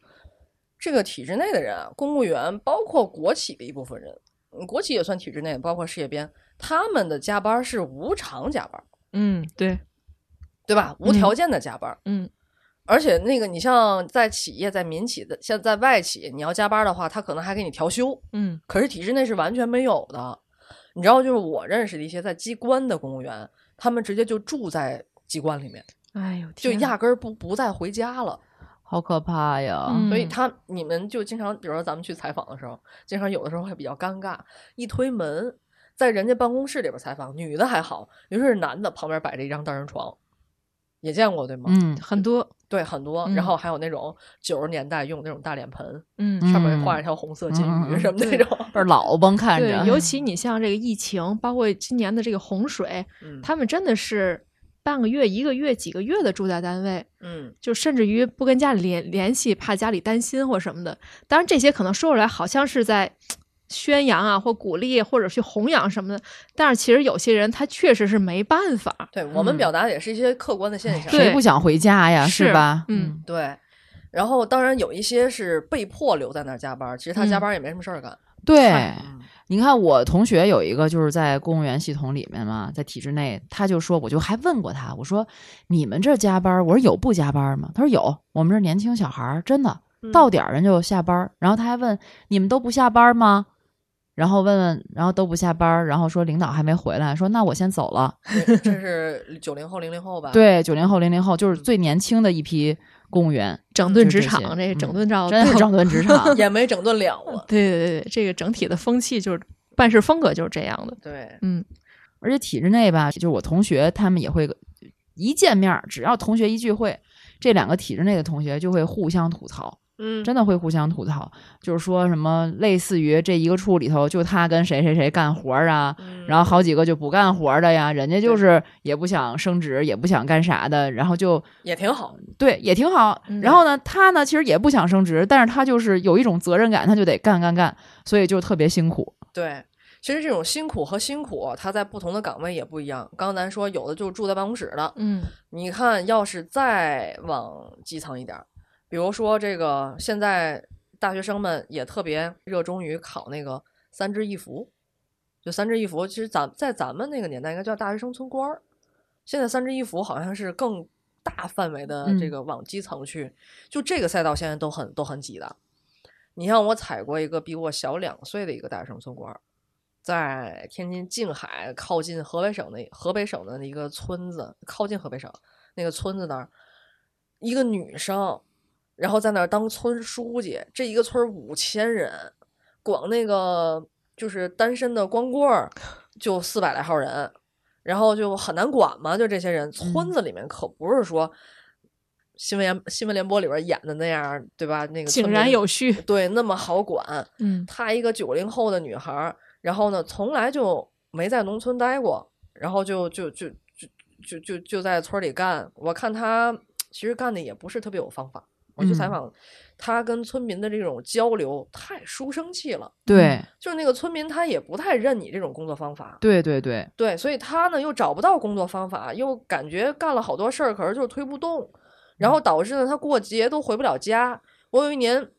这个体制内的人啊，公务员，包括国企的一部分人，嗯国企也算体制内，包括事业编，他们的加班是无偿加班，
嗯，对，
对吧？无条件的加班，
嗯
而且那个，你像在企业、在民企的，像在外企，你要加班的话，他可能还给你调休。
嗯
可是体制内是完全没有的。你知道，就是我认识的一些在机关的公务员，他们直接就住在机关里面，
哎呦，
就
天
压根儿不不再回家了。
好可怕呀！
嗯
所以他你们就经常，比如说咱们去采访的时候，经常有的时候会比较尴尬，一推门，在人家办公室里边采访，女的还好，尤其是男的，旁边摆着一张单人床，也见过对吗？
嗯，
很多，
对，很多，
嗯
然后还有那种九十年代用那种大脸盆，
嗯
嗯
上面画一条红色金
嗯嗯
鱼
嗯
什么那
对
种，
倍儿老崩看
对
着，，啊
尤其你像这个疫情，包括今年的这个洪水，
嗯
他们真的是半个月、一个月、几个月的住在单位，
嗯
就甚至于不跟家里联联系，怕家里担心或什么的。当然，这些可能说出来好像是在宣扬啊，或鼓励，或者去弘扬什么的，但是其实有些人他确实是没办法。
对
嗯
我们表达的也是一些客观的现象，
谁不想回家呀？
是
是吧？
嗯
对。然后当然有一些是被迫留在那儿加班，其实他加班也没什么事儿干，
嗯，对
嗨。
你看我同学有一个就是在公务员系统里面嘛，在体制内，他就说，我就还问过他，我说你们这儿加班儿，我说有不加班儿吗？他说有，我们这儿年轻小孩儿真的到点儿人就下班儿，然后他还问你们都不下班儿吗？然后问问，然后都不下班儿，然后说领导还没回来，说那我先走了。
对这是九零后、零零后吧？，。
对，九零后、零零后就是最年轻的一批公务员，
整顿
就
职
这
场，这
些嗯
整顿到
真是 整顿职场
也没整顿了
嗯
啊了。
对对对对，这个整体的风气就是办事风格就是这样的。
对，
嗯
而且体制内吧，就是我同学他们也会一见面儿，只要同学一聚会，这两个体制内的同学就会互相吐槽，
嗯，
真的会互相吐槽，就是说什么类似于这一个处里头就他跟谁谁谁干活儿啊，
嗯
然后好几个就不干活儿的呀，人家就是也不想升职，也不想干啥的，然后就
也挺好。
对也挺好。然后呢，他呢其实也不想升职，但是他就是有一种责任感，他就得干干干，所以就特别辛苦。
对，其实这种辛苦和辛苦，他在不同的岗位也不一样。刚才咱说有的就住在办公室的，
嗯
你看，要是再往基层一点儿，比如说这个现在大学生们也特别热衷于考那个三支一扶，就三支一扶，其实咱在咱们那个年代应该叫大学生村官儿，现在三支一扶好像是更大范围的这
嗯
个往基层去，就这个赛道现在都很都很挤的。你像我踩过一个比我小两岁的一个大学生村官儿，在天津静海靠近河北省的河北省的一个村子，靠近河北省那个村子那儿，一个女生，然后在那儿当村书记，这一个村五千人，光那个就是单身的光棍儿就四百来号人，然后就很难管嘛，就这些人，
嗯
村子里面可不是说。新闻联新闻联播里边演的那样，对吧？那个
井
村
然
民
有序。
对，那么好管。
嗯，
她一个九零后的女孩儿，然后呢，从来就没在农村待过，然后就就就就就就就在村里干。我看她其实干的也不是特别有方法。我去采
嗯
访她跟村民的这种交流太书生气了，
对
就是那个村民他也不太认你这种工作方法，
对对对，
对，所以他呢又找不到工作方法，又感觉干了好多事儿，可是就是推不动，然后导致呢他过节都回不了家。我有一年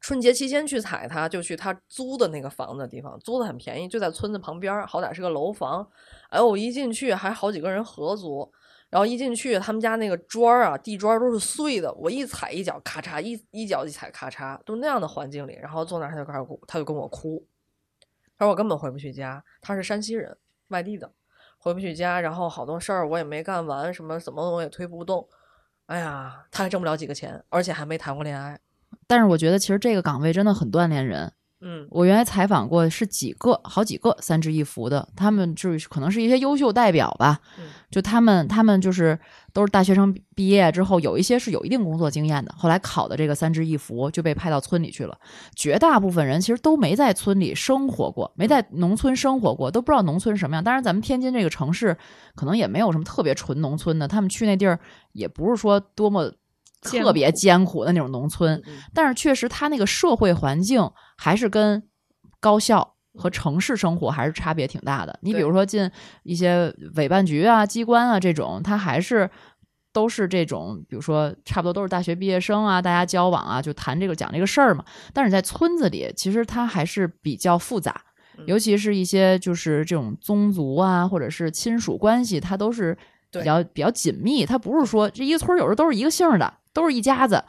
春节期间去采他，就去他租的那个房子的地方，租的很便宜，就在村子旁边儿，好歹是个楼房。哎，我一进去还好几个人合租。然后一进去，他们家那个砖儿啊，地砖儿都是碎的，我一踩一脚，咔嚓，一一脚一踩，咔嚓，都那样的环境里，然后坐那儿他就开始哭，他就跟我哭，他说我根本回不去家，他是山西人，外地的，回不去家，然后好多事儿我也没干完，什么怎么我也推不动，哎呀，他还挣不了几个钱，而且还没谈过恋爱，
但是我觉得其实这个岗位真的很锻炼人。
嗯，
我原来采访过是几个，好几个三支一扶的，他们就是可能是一些优秀代表吧，
嗯
就他们他们就是都是大学生毕业之后，有一些是有一定工作经验的，后来考的这个三支一扶就被派到村里去了。绝大部分人其实都没在村里生活过，没在农村生活过，都不知道农村什么样。当然，咱们天津这个城市可能也没有什么特别纯农村的，他们去那地儿也不是说多么。
艰
特别艰苦的那种农村，
嗯嗯
但是确实他那个社会环境还是跟高校和城市生活还是差别挺大的。你比
对
如说进一些委办局啊、机关啊这种，他还是。都是这种，比如说差不多都是大学毕业生啊，大家交往啊，就谈这个讲这个事儿嘛。但是在村子里，其实它还是比较复杂，
嗯
尤其是一些就是这种宗族啊，或者是亲属关系，它都是比
对
较比较紧密。它不是说这一个村儿有时候都是一个姓儿的，都是一家子，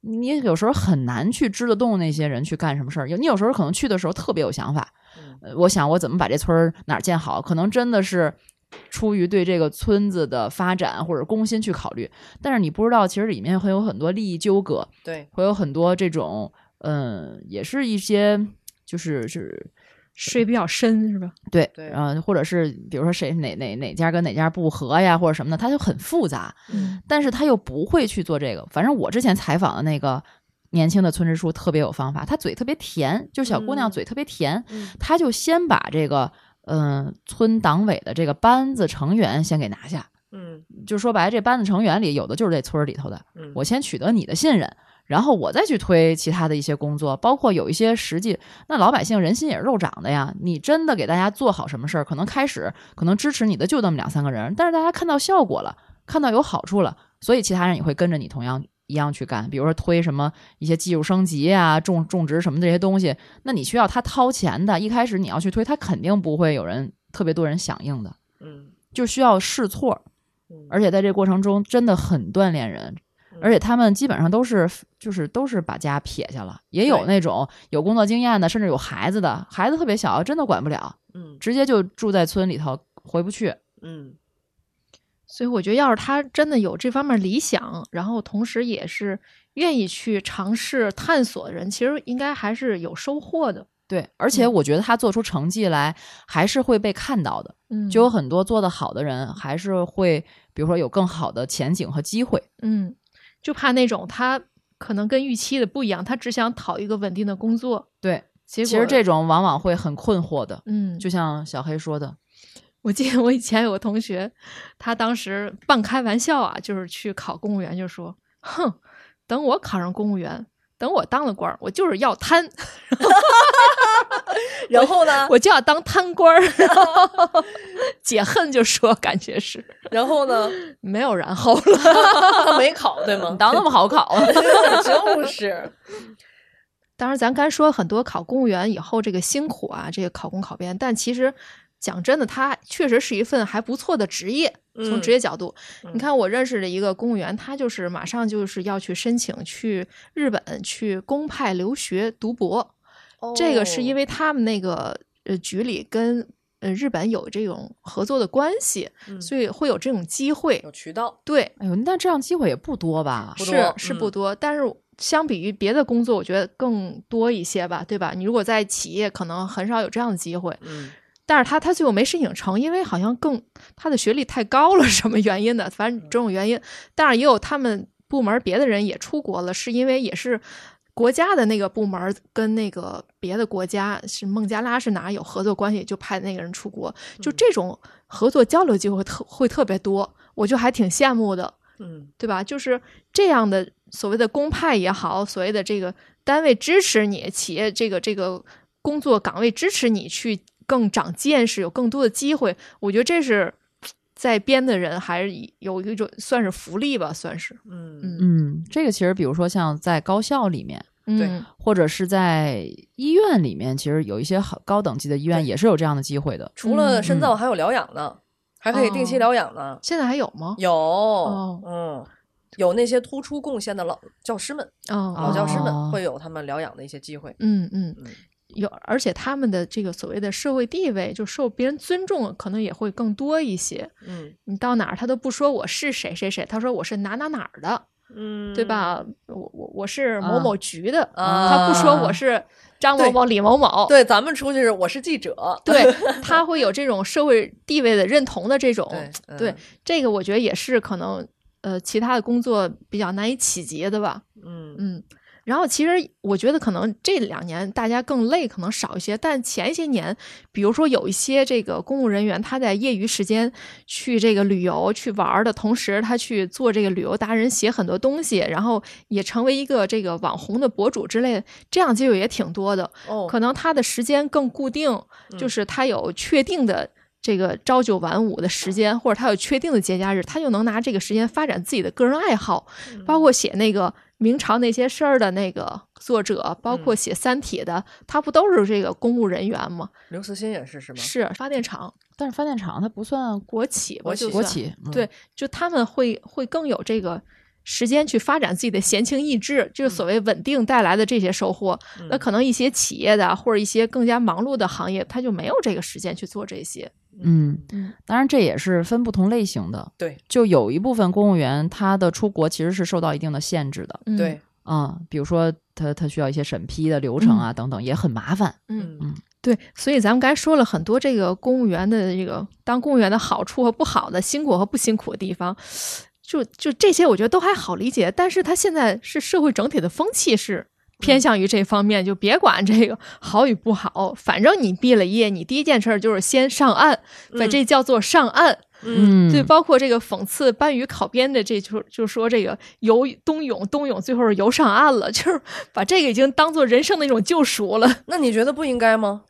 你有时候很难去支得动那些人去干什么事儿。有你有时候可能去的时候特别有想法，
嗯
呃我想我怎么把这村儿哪儿建好，可能真的是出于对这个村子的发展或者公心去考虑，但是你不知道其实里面会有很多利益纠葛，
对，
会有很多这种嗯，也是一些就是是
水比较深是吧？
对，
对
呃，或者是比如说谁哪哪哪家跟哪家不和呀，或者什么的，它就很复杂。
嗯
但是他又不会去做这个。反正我之前采访的那个年轻的村支书特别有方法，她嘴特别甜，就是小姑娘
嗯
嘴特别甜，
嗯
她就先把这个嗯、呃村党委的这个班子成员先给拿下。
嗯
就说白了，这班子成员里有的就是这村儿里头的，
嗯，
我先取得你的信任。然后我再去推其他的一些工作，包括有一些实际，那老百姓人心也是肉长的呀。你真的给大家做好什么事儿，可能开始可能支持你的就那么两三个人，但是大家看到效果了，看到有好处了，所以其他人也会跟着你同样一样去干。比如说推什么一些技术升级啊、种种植什么这些东西，那你需要他掏钱的，一开始你要去推，他肯定不会有人特别多人响应的，
嗯
就需要试错儿。
嗯，
而且在这过程中真的很锻炼人，
嗯
而且他们基本上都是就是都是把家撇下了，也有
对
那种有工作经验的，甚至有孩子的，孩子特别小，真的管不了，
嗯
直接就住在村里头回不去。
嗯
所以我觉得，要是他真的有这方面理想，然后同时也是愿意去尝试探索的人，其实应该还是有收获的。
对，而且
嗯
我觉得他做出成绩来还是会被看到的，
嗯
就有很多做得好的人还是会，比如说有更好的前景和机会。
嗯，就怕那种他可能跟预期的不一样，他只想讨一个稳定的工作，
对，
结果
其实这种往往会很困惑的，
嗯，
就像小黑说的，
我记得我以前有个同学，他当时半开玩笑啊，就是去考公务员，就说：“哼，等我考上公务员，等我当了官儿，我就是要贪，
然后 呢？
我就要当贪官儿。” 解恨就说，感觉是
然后 呢？
没有然后了。
他没考啊对吗
你？当那么好考，
就是，
当然，咱刚才说很多考公务员以后这个辛苦啊，这个考公考编，但其实讲真的，它确实是一份还不错的职业。从
嗯
职业角度，
嗯
你看我认识的一个公务员，他就是马上就是要去申请去
哦
日本去公派留学读博，这个是因
为
为他们那个呃局里跟呃日本有这种合作的关系，
嗯
所以会有这种机会。
有渠道，
对，
哎呦，那这样机会也不多吧？
不
是
多
是
嗯
不多，但是相比于别的工作，我觉得更多一些吧，对吧？你如果在企业，可能很少有这样的机会。
嗯，
但是他他最后没申请成，因为好像更他的学历太高了，什么原因的，
嗯
反正种种原因。但是也有他们部门别的人也出国了，是因为也是国家的那个部门跟那个别的国家是孟加拉是哪有合作关系，就派那个人出国，就
嗯
这种合作交流机会特会特别多，我就还挺羡慕的。
嗯
对吧？就是这样的所谓的公派也好，所谓的这个单位支持你，企业这个这个工作岗位支持你去更长见识，有更多的机会。我觉得这是在编的人还是有一种算是福利吧，算是
嗯
嗯
嗯，这个其实比如说像在高校里面，
对
嗯
或者是在医院里面，其实有一些好高等级的医院
对
也是有这样的机会的。
除了
嗯
深造，还有疗养呢，还可以定期
哦
疗养呢。
现在还有吗？
有，
哦
嗯，有那些突出贡献的老教师们，
嗯，
老教师
哦
们会有他们疗养的一些机会。
嗯嗯
嗯，
有，而且他们的这个所谓的社会地位，就受别人尊重，可能也会更多一些。
嗯
你到哪儿，他都不说我是谁谁谁，他说我是哪哪哪儿的，
嗯，
对？吧？我我我是某
啊
某局的，嗯
啊
他不说我是张某
对
某、李某某，
哦对，咱们出去是我是记者，
对他会有这种社会地位的认同的这种，
对
哦对，这个我觉得也是可能呃其他的工作比较难以企及的吧，
嗯嗯
嗯。然后其实我觉得可能这两年大家更累，可能少一些，但前些年，比如说有一些这个公务人员他在业余时间去这个旅游去玩儿的同时，他去做这个旅游达人，写很多东西，然后也成为一个这个网红的博主之类的，这样机会也挺多的。
哦，
可能他的时间更固定，就
嗯
是他有确定的这个朝九晚五的
嗯
时间，或者他有确定的节假日，他就能拿这个时间发展自己的个人爱好，
嗯
包括写那个明朝那些事儿的那个作者，包括
嗯
写《三体》的，他不都是这个公务人员吗？
刘慈欣也是是吗？
是发电厂、
但是发电厂它不算国
国企吧，
国
就
企
国
算，
企，嗯
对，就他们会会更有这个。时间去发展自己的闲情逸致，就是所谓稳定带来的这些收获。那
嗯
可能一些企业的啊或者一些更加忙碌的行业，他就没有这个时间去做这些。
嗯
嗯，
当然这也是分不同类型的。
对，
就有一部分公务员他的出国其实是受到一定的限制的，
嗯
对，，
嗯，比如说他他需要一些审批的流程啊等等，也很麻烦。
嗯，
嗯
对，所以咱们刚才说了很多这个公务员的这个当公务员的好处和不好的，辛苦和不辛苦的地方，就就这些，我觉得都还好理解。但是他现在是社会整体的风气是。
嗯
偏向于这方面，就别管这个好与不好，反正你毕了业，你第一件事儿就是先上岸，把
嗯
这叫做上岸，
嗯
对，包括这个讽刺班宇考编的，这就就说这个游冬泳，冬泳最后是游上岸了，就是把这个已经当做人生的一种救赎了。
那你觉得不应该吗？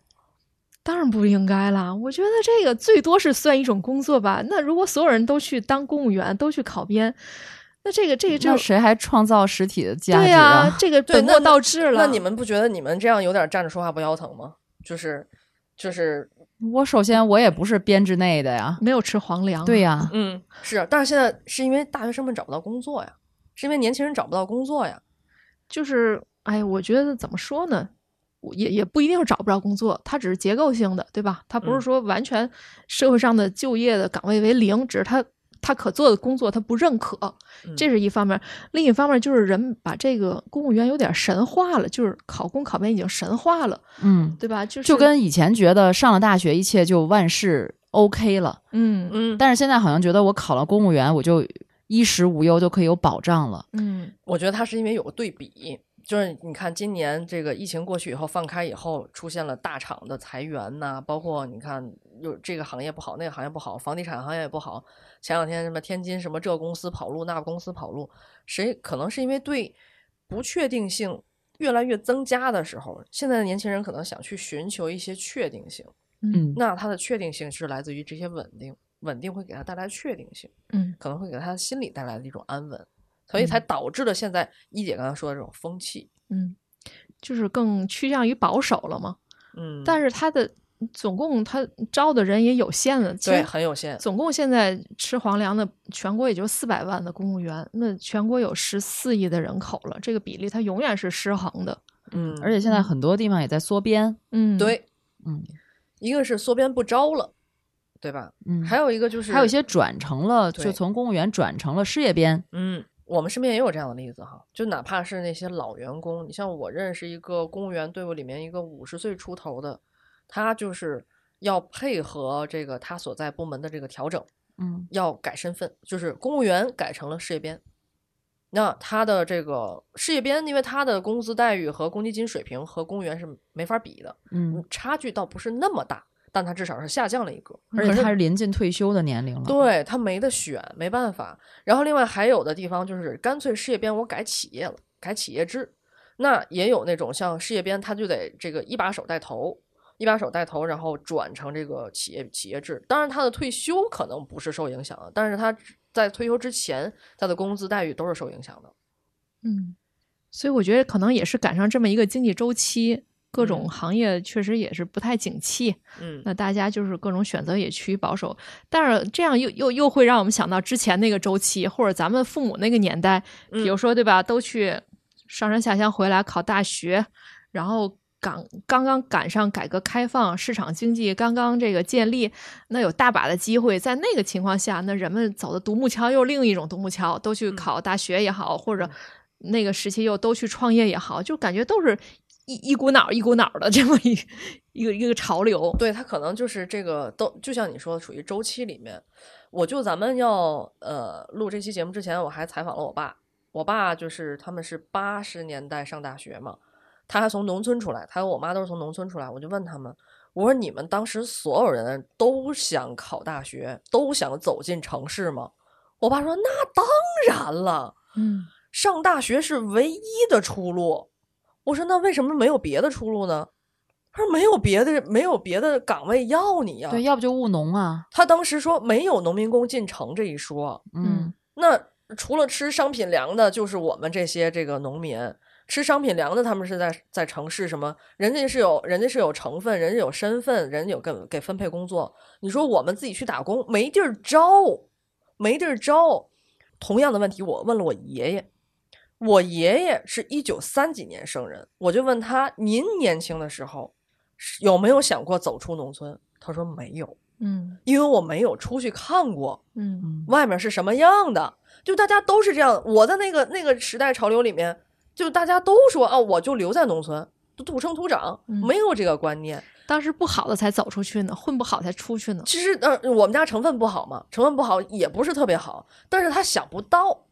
当然不应该啦，我觉得这个最多是算一种工作吧。那如果所有人都去当公务员，都去考编，那这个这个
那
就
谁还创造实体的价
对
值
呀、
啊？
这个
对
本
那
末
那
倒置了。
那你们不觉得你们这样有点站着说话不腰疼吗？就是就是，
我首先我也不是编制内的呀，
没有吃皇粮、
对、呀、
嗯，是，但是现在是因为大学生们找不到工作呀，是因为年轻人找不到工作呀。
就是哎，我觉得怎么说呢？我也也不一定是找不着工作，它只是结构性的，对吧？它不是
嗯
说完全社会上的就业的岗位为零，只是它它可做的工作它不认可，这
嗯
是一方面。另一方面就是人把这个公务员有点神化了，就是考公考编已经神化了，
嗯，
对吧？就是
就跟以前觉得上了大学一切就万事 OK 了，
嗯
嗯，
但是现在好像觉得我考了公务员我就衣食无忧就可以有保障了。
嗯
我觉得他是因为有个对比，就是你看今年这个疫情过去以后放开以后，出现了大厂的裁员呐、包括你看有这个行业不好，那个行业不好，房地产行业也不好。前两天什么天津什么这公司跑路，那公司跑路，谁可能是因为对不确定性越来越增加的时候，现在的年轻人可能想去寻求一些确定性，
嗯，
那它的确定性是来自于这些稳定，稳定会给他带来确定性。
嗯
可能会给他心理带来的一种安稳，所以才导致了现在一姐刚才说的这种风气。
嗯，就是更趋向于保守了嘛。
嗯，
但
是
是他的总共他招的人也有限了，其
对
实
很有限。
总共现在吃皇粮的全国也就四百万的公务员，那全国有十四亿的人口了，这个比例它永远是失衡的。
嗯，
而且现在很多地方也在缩编。
嗯，，
对，
嗯，
一个是缩编不招了，对吧？
嗯，
还有一个就是
还有一些转成了，就
对
从公务员转成了事业编，
嗯，我们身边也有这样的例子哈，就哪怕是那些老员工，你像我认识一个公务员队伍里面一个五十岁出头的，他就是要配合这个他所在部门的这个调整，
嗯
要改身份，就是公务员改成了事业编。那他的这个事业编，因为他的工资待遇和公积金水平和公务员是没法比的，
嗯，
差距倒不是那么大，但他至少是下降了一个，而
可
且
是
是
他是临近退休的年龄了，，
对他没得选，没办法。然后另外还有的地方就是干脆事业编我改企业了，改企业制。那也有那种像事业编，他就得这个一把手带头，一把手带头，然后转成这个企业企业制。当然他的退休可能不是受影响的，但是他在退休之前，他的工资待遇都是受影响的。
嗯，所以我觉得可能也是赶上这么一个经济周期，各种
嗯
行业确实也是不太景气，
嗯，
那大家就是各种选择也趋于保守，但是这样又又又会让我们想到之前那个周期，或者咱们父母那个年代，比如
嗯
说对吧，都去上山下乡回来考大学，然后。赶刚刚赶上改革开放，市场经济刚刚这个建立，那有大把的机会。在那个情况下，那人们走的独木桥又另一种独木桥，都去
嗯
考大学也好，或者那个时期又都去创业也好，就感觉都是一一股脑儿一股脑儿的这么一一个一个潮流。
对他可能就是这个都就像你说的，属于周期里面。我就咱们要呃录这期节目之前，我还采访了我爸。我爸就是他们是八十年代上大学嘛，他还从农村出来，他和我妈都是从农村出来。我就问他们，我说你们当时所有人都想考大学，都想走进城市吗？我爸说那当然了，
嗯，
上大学是唯一的出路。我说那为什么没有别的出路呢？他说没有别的，没有别的岗位要你呀、
对，要不就务农啊，
他当时说没有农民工进城这一说，
嗯
那除了吃商品粮的，就是我们这些这个农民。吃商品粮的，他们是在在城市什么？人家是有人家是有成分，人家有身份，人家有给给分配工作。你说我们自己去打工，没地儿招，没地儿招。同样的问题，我问了我爷爷，我爷爷是一九三几年生人，我就问他，您年轻的时候是有没有想过走出农村？他说没有，
嗯
因为我没有出去看过。
嗯
嗯
外面是什么样的，就大家都是这样。我在那个那个时代潮流里面，就大家都说啊，我就留在农村，土生土长，
嗯
没有这个观念。
当时不好的才走出去呢，混不好才出去呢。
其实呃，我们家成分不好嘛，成分不好也不是特别好，但是他想不到。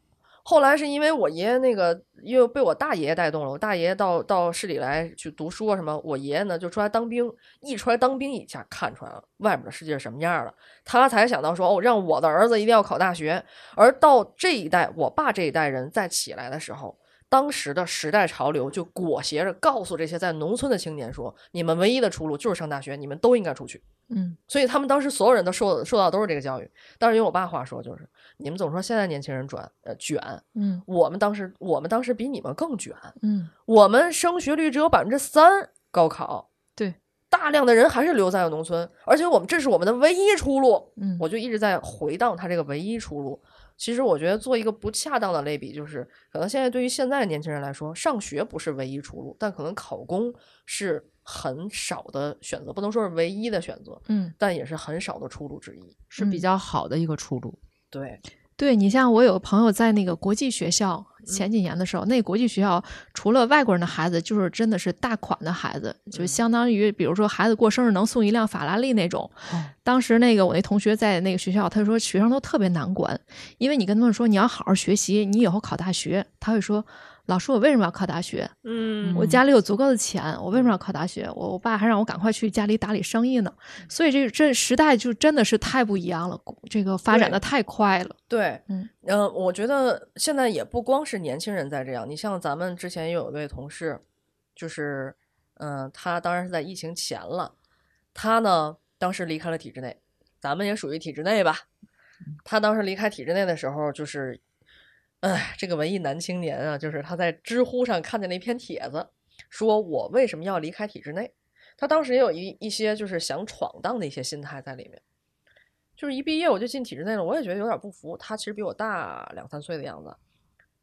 后来是因为我爷爷那个，因为被我大爷爷带动了，我大爷爷到到市里来去读书啊什么，我爷爷呢就出来当兵，一出来当兵一下看出来了外面的世界是什么样了，他才想到说哦，让我的儿子一定要考大学。而到这一代，我爸这一代人再起来的时候，当时的时代潮流就裹挟着告诉这些在农村的青年说，你们唯一的出路就是上大学，你们都应该出去。
嗯
所以他们当时所有人都受受到都是这个教育。但是用我爸话说，就是你们总说现在年轻人转呃卷，
嗯
我们当时我们当时比你们更卷，
嗯，
我们升学率只有百分之三，高考
对
大量的人还是留在了农村，而且我们这是我们的唯一出路。
嗯
我就一直在回荡他这个唯一出路。其实我觉得做一个不恰当的类比，就是可能现在对于现在的年轻人来说，上学不是唯一出路，但可能考公是很少的选择，不能说是唯一的选择。
嗯，
但也是很少的出路之一。
是比较好的一个出路，
对，
对你像我有个朋友在那个国际学校，前几年的时候，那个国际学校除了外国人的孩子，就是真的是大款的孩子，就
嗯
相当于比如说孩子过生日能送一辆法拉利那种。
哦
当时那个我那同学在那个学校，他说学生都特别难管，因为你跟他们说你要好好学习，你以后考大学，他会说。老师，我为什么要考大学？
嗯
我家里有足够的钱，我为什么要考大学？我我爸还让我赶快去家里打理生意呢。
嗯
所以这这时代就真的是太不一样了，这个发展的
对
太快了。
对，
嗯
呃，我觉得现在也不光是年轻人在这样，你像咱们之前也有一位同事，就是，嗯、他当然是在疫情前了，他呢当时离开了体制内，咱们也属于体制内吧。他当时离开体制内的时候，就是，哎，这个文艺男青年啊，就是他在知乎上看见了一篇帖子，说我为什么要离开体制内？他当时也有一一些就是想闯荡的一些心态在里面。就是一毕业我就进体制内了，我也觉得有点不服。他其实比我大两三岁的样子，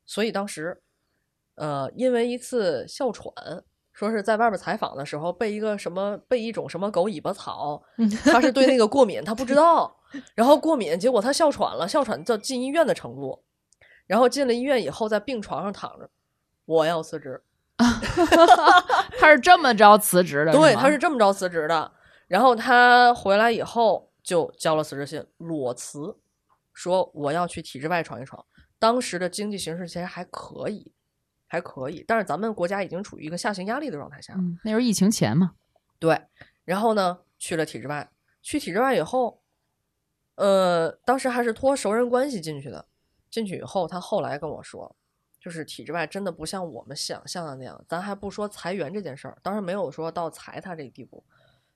所以当时，呃，因为一次哮喘说是在外边采访的时候被一个什么被一种什么狗尾巴草，他是对那个过敏，他不知道，然后过敏，结果他哮喘了，哮喘到进医院的程度，然后进了医院以后在病床上躺着，我要辞职，
他是这么着辞职的，
对，
吗
他是这么着辞职的。然后他回来以后就交了辞职信，裸辞，说我要去体制外闯一闯。当时的经济形势其实还可以，还可以，但是咱们国家已经处于一个下行压力的状态下。
嗯，那时候疫情前嘛，
对，然后呢，去了体制外，去体制外以后，呃，当时还是托熟人关系进去的。进去以后，他后来跟我说，就是体制外真的不像我们想象的那样。咱还不说裁员这件事儿，当然没有说到裁他这个地步，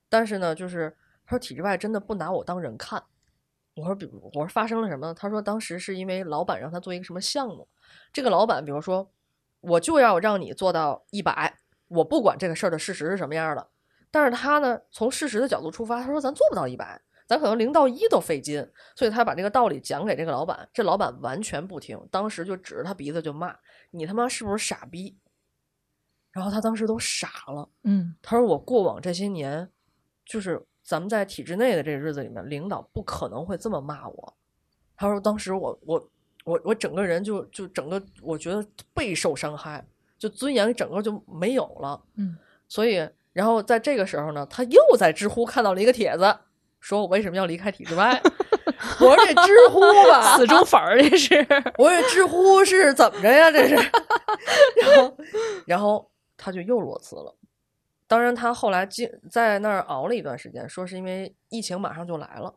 但是呢，就是他说体制外真的不拿我当人看。我说，比如我说发生了什么呢？他说当时是因为老板让他做一个什么项目，这个老板比如说，我就要让你做到一百，我不管这个事儿的事实是什么样儿的，但是他呢，从事实的角度出发，他说咱做不到一百，咱可能零到一都费劲，所以他把这个道理讲给这个老板，这老板完全不听，当时就指着他鼻子就骂：“你他妈是不是傻逼？”然后他当时都傻了，
嗯，
他说：“我过往这些年，就是咱们在体制内的这日子里面，领导不可能会这么骂我。”他说：“当时我我我我整个人就就整个我觉得备受伤害，就尊严整个就没有了。”
嗯，
所以然后在这个时候呢，他又在知乎看到了一个帖子，说我为什么要离开体制外。 我说这知乎 吧，
死忠粉儿这是，
我说这知乎是怎么着呀？这是，然后，然后他就又裸辞了。当然，他后来进在那儿熬了一段时间，说是因为疫情马上就来了，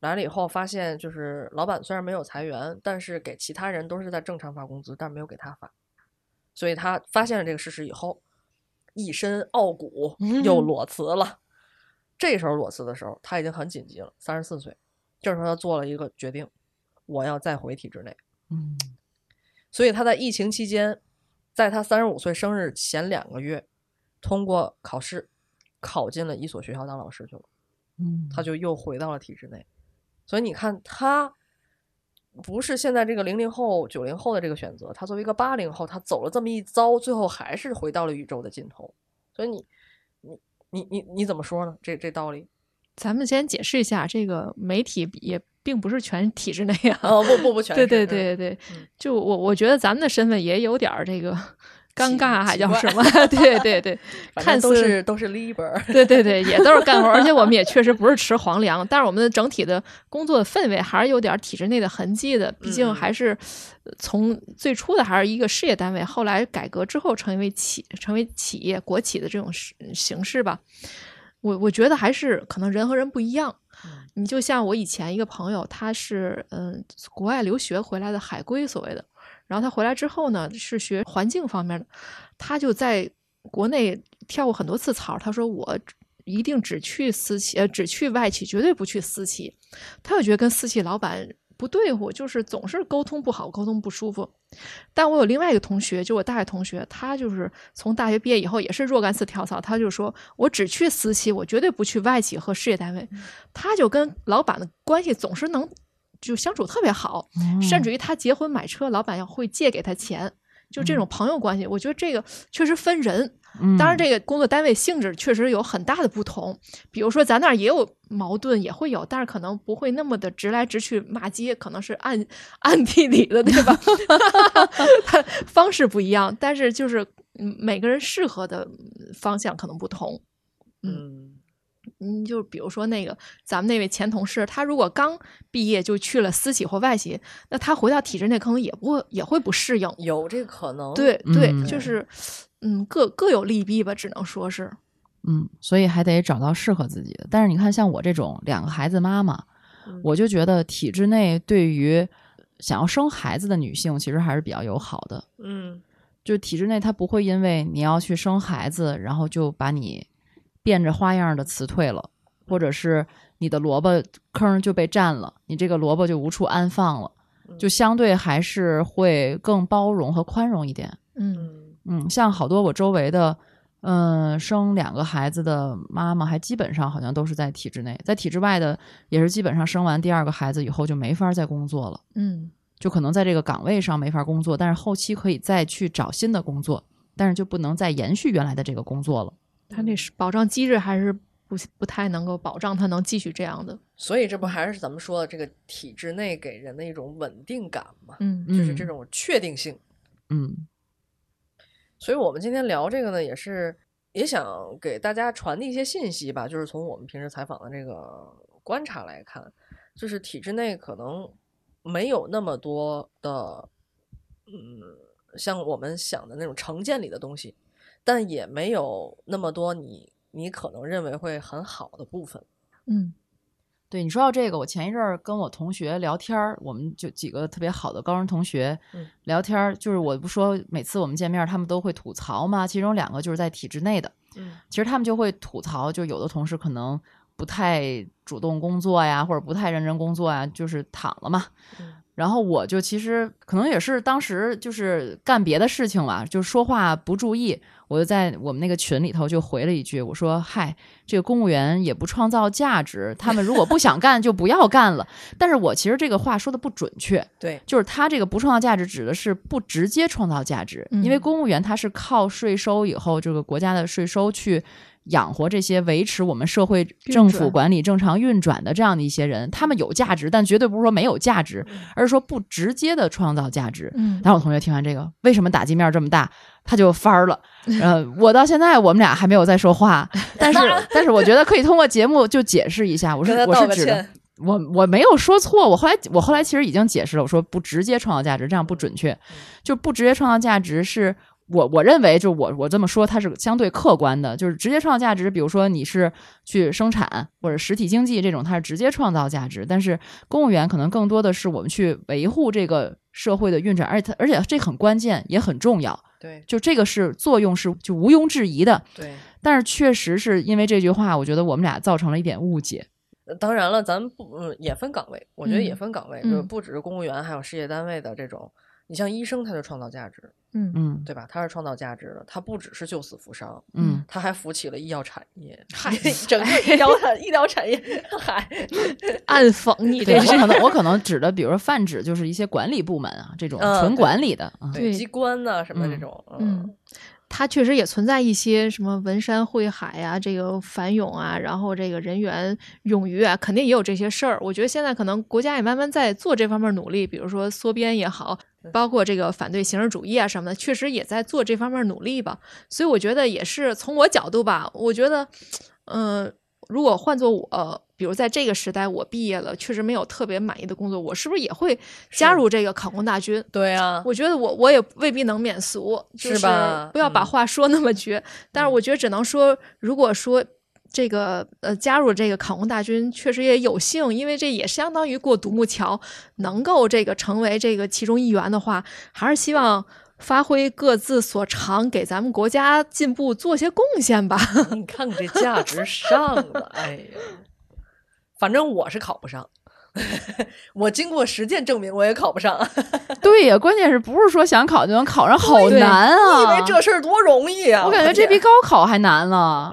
来了以后发现就是老板虽然没有裁员，但是给其他人都是在正常发工资，但没有给他发，所以他发现了这个事实以后，一身傲骨又裸辞了。这时候裸辞的时候，他已经很紧急了，三十四岁。这时候他做了一个决定，我要再回体制内。
嗯，
所以他在疫情期间，在他三十五岁生日前两个月，通过考试考进了一所学校当老师去了，
嗯
他就又回到了体制内。所以你看，他不是现在这个零零后、九零后的这个选择，他作为一个八零后，他走了这么一遭，最后还是回到了宇宙的尽头。所以你、你、你、你、你怎么说呢？这 这道理？
咱们先解释一下，这个媒体也并不是全体制内啊。
啊，不不不全
对
是，
对
嗯
对对
嗯，
就我我觉得咱们的身份也有点儿 这个尴
奇
尬，还
奇
叫
怪
什么？ 对对对，
反
看
正都
似
是都是 liber，
对对对，也都是干活儿，而且我 们也确实不是吃皇粮，但是我们的整体的工作氛围还是有点儿体制内的痕迹的，毕竟
嗯
还是呃从最初的还是一个事业单位，后来改革之后成为企成为企业国企的这种形形式吧。我我觉得还是可能人和人不一样，你就像我以前一个朋友，他是嗯国外留学回来的海归所谓的，然后他回来之后呢是学环境方面的，他就在国内跳过很多次槽，他说我一定只去私企，呃只去外企，绝对不去私企。他就觉得跟私企老板不对付，就是总是沟通不好，沟通不舒服。但我有另外一个同学，就我大学同学，他就是从大学毕业以后也是若干次跳槽，他就说我只去私企，我绝对不去外企和事业单位。他就跟老板的关系总是能就相处特别好，嗯
嗯
甚至于他结婚买车，老板要会借给他钱。就这种朋友关系，我觉得这个确实分人，当然，
这
这个工作单位性质确实有很大的不同。比如说，咱那儿也有矛盾，也会有，但是可能不会那么的直来直去骂街，可能是暗暗地里的，对吧？ 方式不一样，但是就是嗯每个人适合的嗯方向可能不同。
嗯，
嗯，就比如说那个咱们那位前同事，他如果刚毕业就去了私企或外企，那他回到体制内可能也不会也会不适应。
有这个可能。
对对，
嗯
就
对
是嗯，各各有利弊吧，只能说是。
嗯，所以还得找到适合自己的。但是你看，像我这种两个孩子妈妈，
嗯
我就觉得体制内对于想要生孩子的女性其实还是比较友好的。
嗯，
就体制内，它不会因为你要去生孩子，然后就把你变着花样的辞退了，或者是你的萝卜坑就被占了，你这个萝卜就无处安放了，
嗯
就相对还是会更包容和宽容一点。
嗯
嗯
嗯，像好多我周围的，嗯、生两个孩子的妈妈，还基本上好像都是在体制内，在体制外的也是基本上生完第二个孩子以后就没法再工作了，
嗯
就可能在这个岗位上没法工作，但是后期可以再去找新的工作，但是就不能再延续原来的这个工作了。
他这是保障机制还是不不太能够保障他能继续这样的。
所以这不还是咱们说的这个体制内给人的一种稳定感嘛，
嗯
就是这
嗯
种确定性。
嗯
所以我们今天聊这个呢，也是也想给大家传递一些信息吧，就是从我们平时采访的这个观察来看，就是体制内可能没有那么多的，嗯，像我们想的那种成见里的东西，但也没有那么多你你可能认为会很好的部分。
嗯
对你说到这个，我前一阵儿跟我同学聊天儿，我们就几个特别好的高中同学
嗯
聊天儿，就是我不说每次我们见面儿他们都会吐槽嘛，其中两个就是在体制内的，
嗯
其实他们就会吐槽，就有的同事可能不太主动工作呀，或者不太认真工作呀，就是躺了嘛。
嗯
然后我就其实可能也是当时就是干别的事情了，就是说话不注意，我就在我们那个群里头就回了一句，我说：“嗨，这个公务员也不创造价值，他们如果不想干就不要干了。”但是我其实这个话说的不准确，
对，
就是他这个不创造价值指的是不直接创造价值，
嗯
因为公务员他是靠税收以后这个国家的税收去养活这些维持我们社会政府
转
管理正常运转的这样的一些人，他们有价值，但绝对不是说没有价值，
嗯
而是说不直接的创造价值。
嗯，
然后我同学听完这个，为什么打击面这么大，他就翻儿了。
嗯
呃，我到现在我们俩还没有再说 话，但是但是我觉得可以通过节目就解释一下，我是
跟他
我
道
是
个
指的
歉。
我我没有说错，我后来我后来其实已经解释了，我说不直接创造价值，这样不准确，就不直接创造价值是。我我认为，就我我这么说，它是相对客观的，就是直接创造价值。比如说，你是去生产或者实体经济这种，它是直接创造价值。但是公务员可能更多的是我们去维护这个社会的运转，而且它而且这很关键也很重要。
对
就这个是作用是就毋庸置疑的。
对，
但是确实是因为这句话，我觉得我们俩造成了一点误解。
呃当然了，咱们不嗯也分岗位，我觉得也
嗯
分岗位，就是
嗯
不只是公务员，还有事业单位的这种。你像医生，他就创造价值，
嗯
对吧？他是创造价值的，他不只是救死扶伤，
嗯，
他还扶起了医药产业， 嗨，整个 医疗产医疗产业，嗨，
暗讽你
对
这
我
是
可能我可能指的，比如说泛指就是一些管理部门啊，这种
嗯
纯
对
管理的啊。
对
对
机关呐、什么这
嗯
种，
嗯，它确实也存在一些什么文山会海呀、这个反涌啊，然后这个人员冗余啊，肯定也有这些事儿。我觉得现在可能国家也慢慢在做这方面努力，比如说缩编也好，包括这个反对形式主义啊什么的，确实也在做这方面努力吧。所以我觉得也是从我角度吧，我觉得，嗯、如果换做我。比如在这个时代，我毕业了，确实没有特别满意的工作，我是不是也会加
是
入这个考公大军？
对啊，
我觉得我我也未必能免俗，就是
吧
不要把
嗯
话说那么绝。但是我觉得只能说，如果说这个呃加入这个考公大军，确实也有幸，因为这也相当于过独木桥，能够这个成为这个其中一员的话，还是希望。发挥各自所长，给咱们国家进步做些贡献吧。
你看你这价值上的，哎呀，反正我是考不上，我经过实践证明我也考不上，
对呀，关键是不是说想考就能考上，好
对
难
你以
啊！
为这事儿多容易啊？
我感觉这比高考还难了。
啊，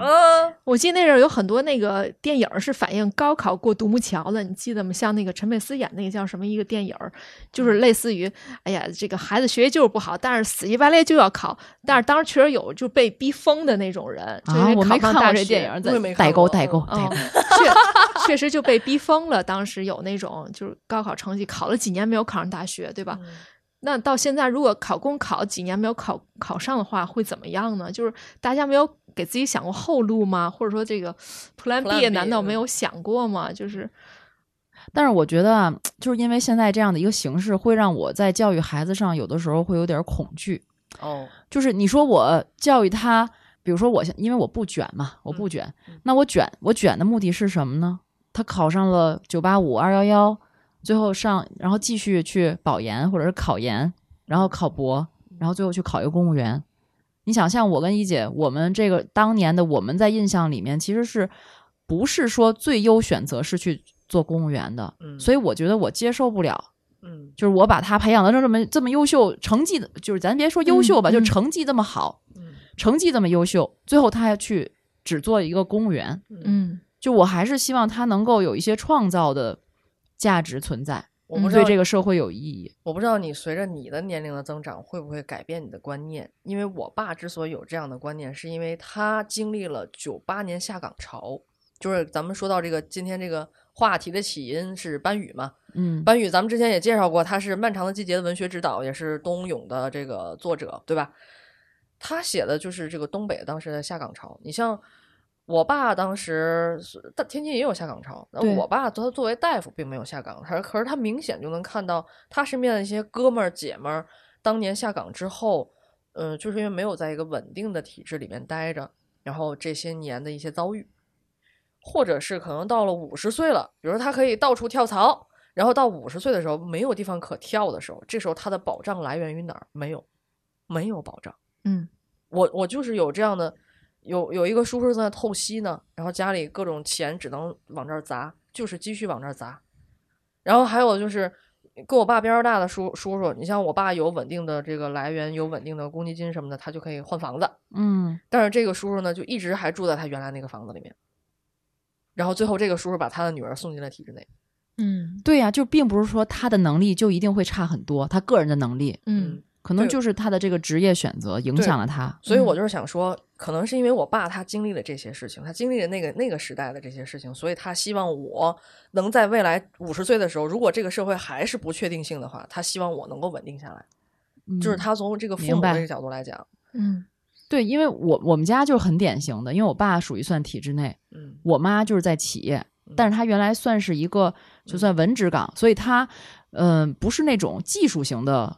我记得那阵儿有很多那个电影儿是反映高考过独木桥的，你记得吗？像那个陈佩斯演那个叫什么一个电影儿，
嗯
就是类似于，哎呀，这个孩子学习就是不好，但是死乞白赖就要考，但是当时确实有就被逼疯的那种人，就因
啊
为，
我
考
没
不上
看
大
过
学
这电影，
我也没
在
看
代沟
过
代沟
嗯
代
哦
沟。，
确确实就被逼疯了。当时有那种就是高考成绩考了几年没有考上大学，对吧？那到现在，如果考公考几年没有考考上的话，会怎么样呢？就是大家没有给自己想过后路吗？或者说这个 Plan
Plan
B
B，
难道
嗯
没有想过吗？就是
但是我觉得啊，就是因为现在这样的一个形式，会让我在教育孩子上有的时候会有点恐惧。
哦，
就是你说我教育他，比如说我现因为我不卷嘛，我不卷，那我卷我卷的目的是什么呢？他考上了九八五二幺幺，最后上然后继续去保研或者是考研，然后考博，然后最后去考一个公务员。你想，像我跟一姐，我们这个当年的我们在印象里面，其实是不是说最优选择是去做公务员的？
嗯
所以我觉得我接受不了
嗯，
就是我把他培养的这么这么优秀，成绩的就是咱别说优秀吧，
嗯
就
嗯
成绩这么好，
嗯
成绩这么优秀，最后他还去只做一个公务员，
嗯
就我还是希望他能够有一些创造的价值存在。
我不
嗯
知道
对这个社会有意义。
我不知道你随着你的年龄的增长会不会改变你的观念，因为我爸之所以有这样的观念，是因为他经历了九八年下岗潮，就是咱们说到这个今天这个话题的起因是班宇嘛，
嗯，
班宇咱们之前也介绍过，他是《漫长的季节》的文学指导，也是冬泳的这个作者，对吧？他写的就是这个东北当时的下岗潮。你像我爸当时是，但天津也有下岗潮。那
对
我爸他作为大夫并没有下岗，可是可是他明显就能看到他身边的一些哥们儿姐们儿，当年下岗之后，嗯、就是因为没有在一个稳定的体制里面待着，然后这些年的一些遭遇，或者是可能到了五十岁了，比如说他可以到处跳槽，然后到五十岁的时候没有地方可跳的时候，这时候他的保障来源于哪儿？没有，没有保障。
嗯，
我我就是有这样的，有有一个叔叔正在透析呢，然后家里各种钱只能往这儿砸，就是继续往这儿砸。然后还有就是跟我爸边儿大的叔叔叔，你像我爸有稳定的这个来源，有稳定的公积金什么的，他就可以换房子。
嗯，
但是这个叔叔呢，就一直还住在他原来那个房子里面。然后最后，这个叔叔把他的女儿送进了体制内。
嗯
对呀、就并不是说他的能力就一定会差很多，他个人的能力
嗯，
可能
对
就是他的这个职业选择影
对
响了他。
所以我就是想说，可能是因为我爸他经历了这些事情，他经历了那个那个时代的这些事情，所以他希望我能在未来五十岁的时候，如果这个社会还是不确定性的话，他希望我能够稳定下来。就是
嗯
他从这个父
明
母
白
的这个角度来讲，
嗯
对，因为我我们家就是很典型的，因为我爸属于算体制内，
嗯，
我妈就是在企业，但是她原来算是一个
嗯
就算文职岗，所以她嗯、呃不是那种技术型的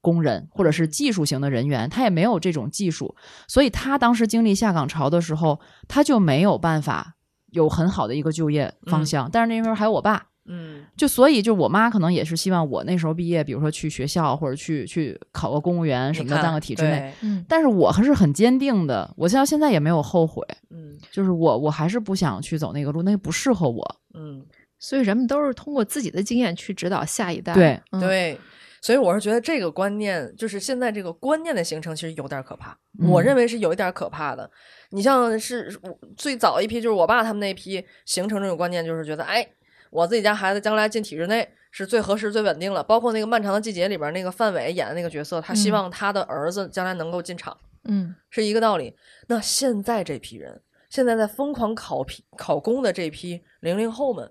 工人或者
嗯
是技术型的人员，她也没有这种技术，所以她当时经历下岗潮的时候，她就没有办法有很好的一个就业方向。但是那时候还有我爸，
嗯
就所以就我妈可能也是希望我那时候毕业，比如说去学校或者去去考个公务员什么的，
你看
当个体制内。，
嗯
但是我还是很坚定的，我到现在也没有后悔，
对嗯
就是我我还是不想去走那个路，那个不适合我。
嗯，
所以人们都是通过自己的经验去指导下一代。
对，
嗯，
对。所以我是觉得这个观念，就是现在这个观念的形成，其实有点可怕。
嗯
我认为是有一点可怕的。你像是我最早一批，就是我爸他们那批形成这种观念，就是觉得，哎，我自己家孩子将来进体制内是最合适、最稳定了。包括那个《漫长的季节》里边那个范伟演的那个角色，他希
嗯
望他的儿子将来能够进厂，
嗯
是一个道理。那现在这批人，现在在疯狂考批考公的这批零零后们，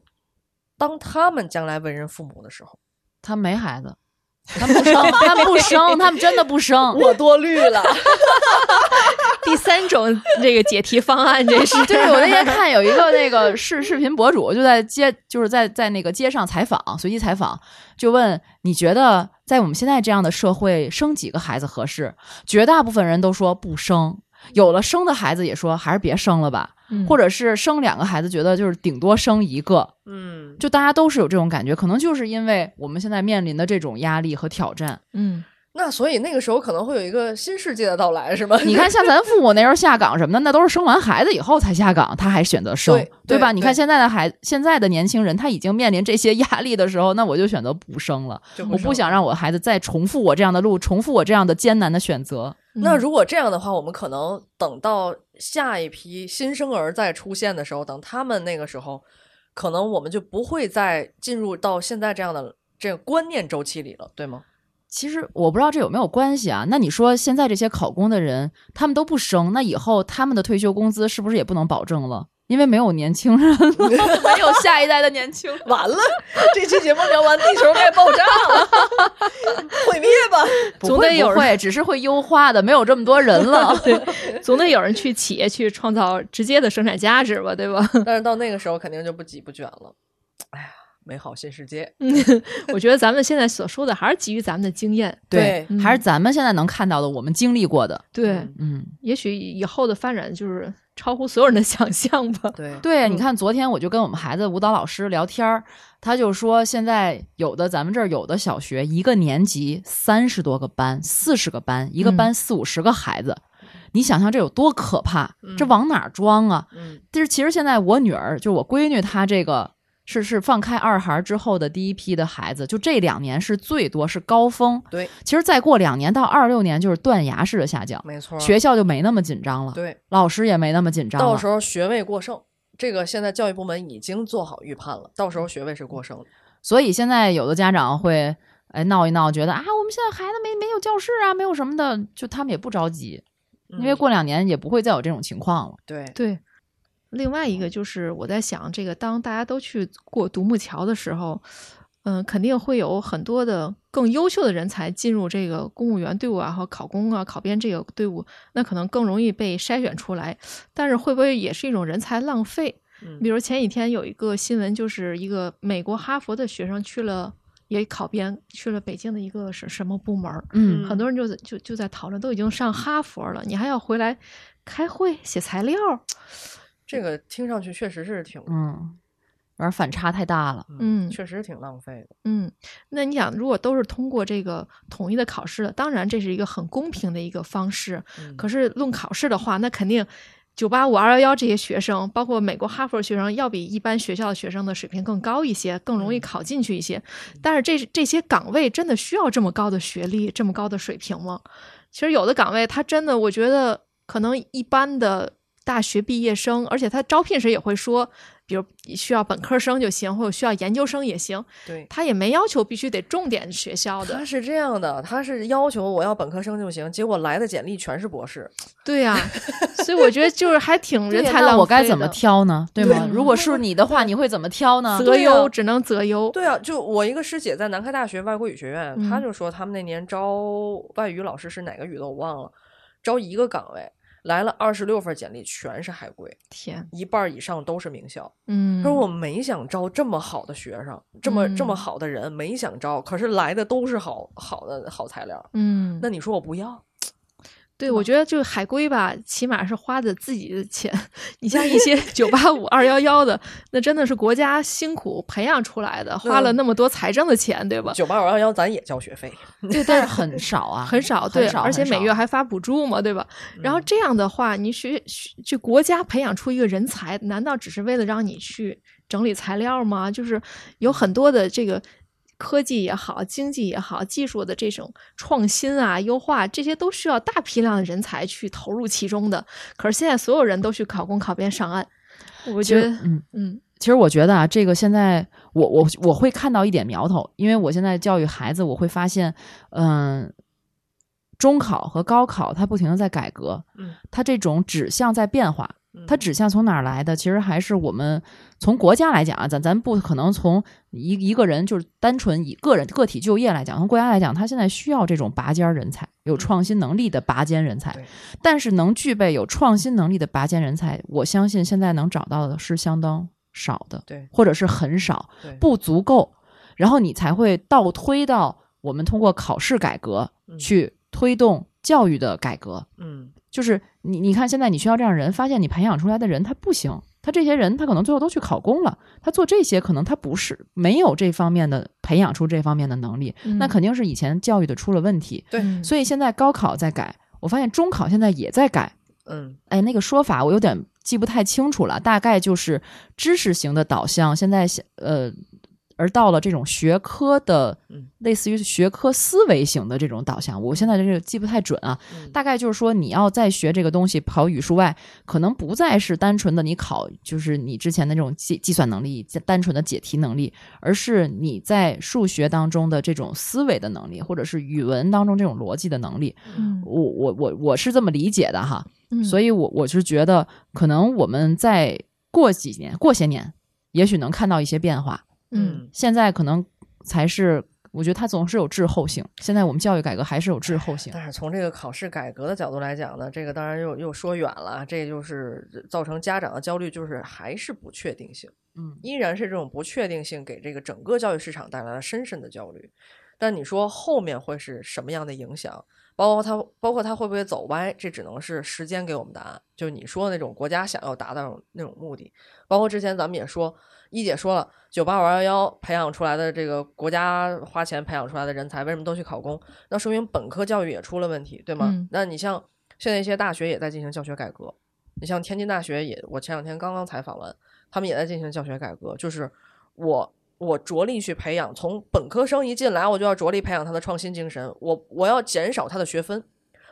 当他们将来为人父母的时候，
他没孩子，他们不 生，他们不生，他们真的不生。
我多虑了。
第三种这个解题方案，这是
对，我那天看有一个那个视视频博主就在街，就是在在那个街上采访，随机采访，就问你觉得在我们现在这样的社会生几个孩子合适？绝大部分人都说不生，有了生的孩子也说还是别生了吧，或
者
者是生两个孩子觉得就是顶多生一个，
嗯，
就大家都是有这种感觉，可能就是因为我们现在面临的这种压力和 挑战。
嗯
那所以那个时候可能会有一个新世界的到来，是吗？
你看，像咱父母那时候下岗什么的，那都是生完孩子以后才下岗，他还选择生，
对对
吧？
对
你看现在的孩，现在的年轻人，他已经面临这些压力的时候，那我就选择不生了，
就
我
生
不想让我孩子再重复我这样的路，重复我这样的艰难的选择。
那如果这样的话，我们可能等到下一批新生儿再出现的时候，等他们那个时候，可能我们就不会再进入到现在这样的这个观念周期里了，对吗？
其实我不知道这有没有关系啊？那你说现在这些考公的人，他们都不生，那以后他们的退休工资是不是也不能保证了？因为没有年轻人了， 没有下一代的年轻人。
完了，这期节目聊完，地球该爆炸了， 毁灭吧！
不
总
会
得
不
有人
会，只是会优化的，没有这么多人 了。
总得有人去企业去创造直接的生产价值吧，对吧？
但是到那个时候，肯定就不急不卷了。哎呀，美好新世界，
我觉得咱们现在所说的还是基于咱们的经验，
对
嗯
还是咱们现在能看到的，我们经历过的。
对
嗯，
嗯，
也许以后的发展就是超乎所有人的 想象吧。
对，
对，你看昨天我就跟我们孩子舞蹈老师聊天儿，他就说现在有的咱们这儿有的小学一个年级三十多个班，四十个班，一个班四五十个孩子。你想想这有多可怕？这
嗯
往哪儿装啊？
嗯
就是其实现在我女儿，就是我闺女，她这个是是放开二孩之后的第一批的孩子，就这两年是最多是高峰。
对，
其实再过两年到二六年就是断崖式的下降，
没错，
学校就没那么紧张了，
对，
老师也没那么紧张了。
到时候学位过剩，这个现在教育部门已经做好预判了，到时候学位是过剩的。
所以现在有的家长会哎闹一闹，觉得啊，我们现在孩子没没有教室啊，没有什么的，就他们也不着急，因为
嗯
过两年也不会再有这种情况了。
对
对，另外一个就是我在想，这个当大家都去过独木桥的时候，嗯、肯定会有很多的更优秀的人才进入这个公务员队伍啊和考公啊、考编这个队伍，那可能更容易被筛选出来。但是会不会也是一种人才浪费？
嗯
比如前几天有一个新闻，就是一个美国哈佛的学生去了也考编，去了北京的一个什什么部门儿，
嗯
很多人就在就就在讨论，都已经上哈佛了，你还要回来开会写材料儿，
这个听上去确实是挺，
嗯，有点反差太大了。
嗯
确实挺浪费的。
嗯，那你想，如果都是通过这个统一的考试的，当然这是一个很公平的一个方式。
嗯
可是论考试的话，那肯定九八五、二幺幺这些学生，包括美国哈佛学生，要比一般学校的学生的水平更高一些，更容易
嗯
考进去一些。
嗯
但是这这些岗位真的需要这么高的学历、这么高的水平吗？其实有的岗位，他真的，我觉得可能一般的大学毕业生，而且他招聘时也会说，比如需要本科生就行，或者需要研究生也行。
对，
他也没要求必须得重点学校
他
的。
是这样的，他是要求我要本科生就行，结果来的简历全是博士。
对呀、所以我觉得就是还挺人
对呀
才浪
那
费的。
我该怎么挑呢？对吗？
对
如果是你的话，你会怎么挑呢？
择
嗯对
优？
呀
只能择优。
对啊，就我一个师姐在南开大学外国语学院，她
嗯
就说他们那年招外语老师是哪个语的我忘了，招一个岗位来了二十六份简历，全是海归，
天，
一半儿以上都是名校。
嗯，
她说我没想招这么好的学生，这么这么
嗯
好的人，没想招，可是来的都是好好的好材料。
嗯，
那你说我不要？
对，我觉得就是海归吧，起码是花的自己的钱。 你像一 些九八五、二幺幺的，那真的是国家辛苦培养出来的，花了
嗯
那么多财政的钱，对吧？
九八五二幺咱也交学费，
啊对，但是很少啊，
很少，对，
少
而且
很
每
少
月还发补助嘛，对吧？然后
嗯
这样的话，你学学就国家培养出一个人才，难道只是为了让你去整理材料吗？就是有很多的这个科技也好，经济也好，技术的这种创新啊、优化，这些都需要大批量的人才去投入其中的。可是现在所有人都去考公、考编、上岸，我
其
觉
实
得，
嗯。
嗯
其实我觉得啊，这个现在我我我会看到一点苗头，因为我现在教育孩子，我会发现，嗯，中考和高考它不停的在改革，
嗯，
它这种指向在变化，它
嗯
指向从哪儿来的？其实还是我们从国家来讲啊，咱咱不可能从一一个人就是单纯以个人个体就业来讲，从国家来讲，它现在需要这种拔尖儿人才，有创新能力的拔尖人才
对。
但是能具备有创新能力的拔尖人才，我相信现在能找到的是相当少的，
对
或者是很少，
对
不足够。然后你才会倒推到我们通过考试改革
嗯
去推动教育的改革。
嗯
就是你你看现在你需要这样的人，发现你培养出来的人他不行，他这些人他可能最后都去考公了，他做这些可能他不是没有这方面的培养出这方面的能力，
嗯
那肯定是以前教育的出了问题，
对
嗯
所以现在高考在改，我发现中考现在也在改，
嗯
哎，那个说法我有点记不太清楚了，大概就是知识型的导向，现在是呃，而到了这种学科的
嗯，
类似于学科思维型的这种导向，我现在这个记不太准啊。
嗯
大概就是说，你要再学这个东西，考语数外，可能不再是单纯的你考，就是你之前的那种计计算能力、单纯的解题能力，而是你在数学当中的这种思维的能力，或者是语文当中这种逻辑的能力。
嗯
我我我我是这么理解的哈。
嗯
所以我我是觉得，可能我们在过几年、过些年，也许能看到一些变化。
嗯
嗯
现在可能才是，我觉得它总是有滞后性。现在我们教育改革还是有滞后性。
但是从这个考试改革的角度来讲呢，这个当然又又说远了啊，这就是造成家长的焦虑，就是还是不确定性，
嗯
依然是这种不确定性给这个整个教育市场带来了深深的焦虑。但你说后面会是什么样的影响？包括它，包括它会不会走歪，这只能是时间给我们答案。就是你说的那种国家想要达到那种那种目的，包括之前咱们也说，一姐说了，九八五二幺培养出来的这个国家花钱培养出来的人才，为什么都去考公？那说明本科教育也出了问题，对吗？
嗯
那你像现在一些大学也在进行教学改革，你像天津大学也，我前两天刚刚采访完，他们也在进行教学改革，就是我。我着力去培养，从本科生一进来，我就要着力培养他的创新精神。我我要减少他的学分，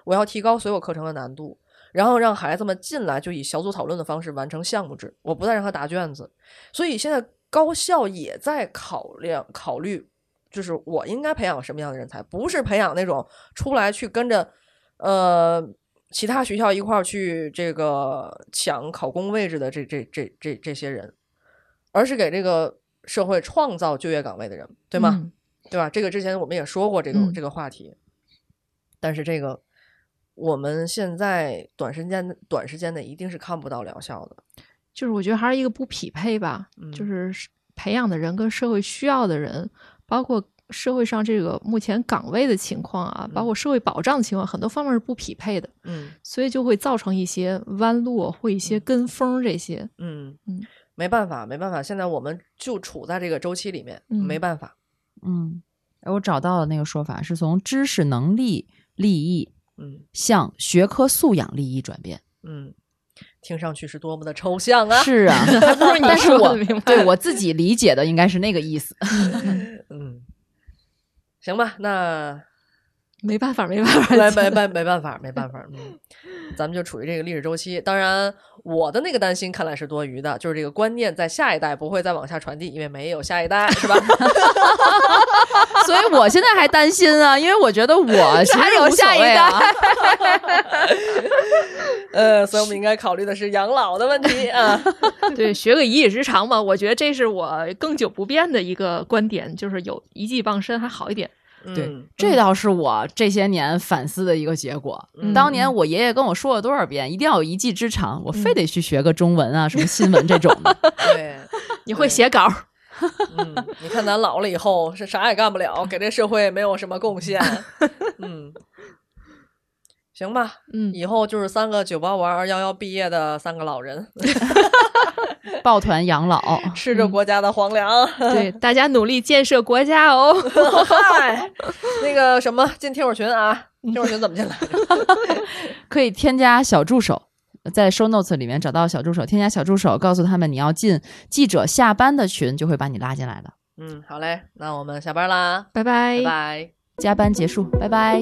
我要提高所有课程的难度，然后让孩子们进来就以小组讨论的方式完成项目制，我不再让他答卷子。所以现在高校也在考量考虑，就是我应该培养什么样的人才，不是培养那种出来去跟着呃其他学校一块儿去这个抢考公位置的这这这这这些人，而是给这个社会创造就业岗位的人，对吗？
嗯
对吧？这个之前我们也说过这个、
嗯
这个话题，但是这个我们现在短时间短时间内一定是看不到疗效的。
就是我觉得还是一个不匹配吧，
嗯
就是培养的人跟社会需要的人，包括社会上这个目前岗位的情况啊，包括社会保障的情况，很多方面是不匹配的，
嗯
所以就会造成一些弯路或一些跟风这些。
嗯
嗯
没办法，没办法，现在我们就处在这个周期里面，
嗯
没办法。
嗯，哎我找到了那个说法，是从知识能力利益
嗯
向学科素养利益转变。
嗯，听上去是多么的抽象啊！
是啊，还不如 但是
说
我
得明白
对我自己理解的应该是那个意思。
嗯，行吧，那
没办法，没办法，
没没没没办法，没办法，嗯，咱们就处于这个历史周期。当然，我的那个担心看来是多余的，就是这个观念在下一代不会再往下传递，因为没有下一代，是吧？
所以我现在还担心啊，因为我觉得我其实
还有
无所
下一
谓啊
代。
呃，所以我们应该考虑的是养老的问题啊。
对，学个一技之长嘛，我觉得这是我更久不变的一个观点，就是有一技傍身还好一点。
对
嗯，
这倒是我这些年反思的一个结果。
嗯
当年我爷爷跟我说了多少遍，一定要有一技之长，我非得去学个中文啊，什么新闻这种的。
对，
你会写稿儿，
嗯，你看咱老了以后是啥也干不了，给这社会没有什么贡献。嗯，行吧，
嗯，
以后就是三个九八五二幺幺毕业的三个老人，
嗯抱团养老，
吃着国家的皇粮。
对，大家努力建设国家 哦。
嗨， 那个什么，进听友群啊，听友群怎么进来？
可以添加小助手。在 show notes 里面找到小助手，添加小助手，告诉他们你要进记者下班的群，就会把你拉进来的。
嗯，好嘞，那我们下班啦，
拜拜
拜拜。
加班结束，拜拜。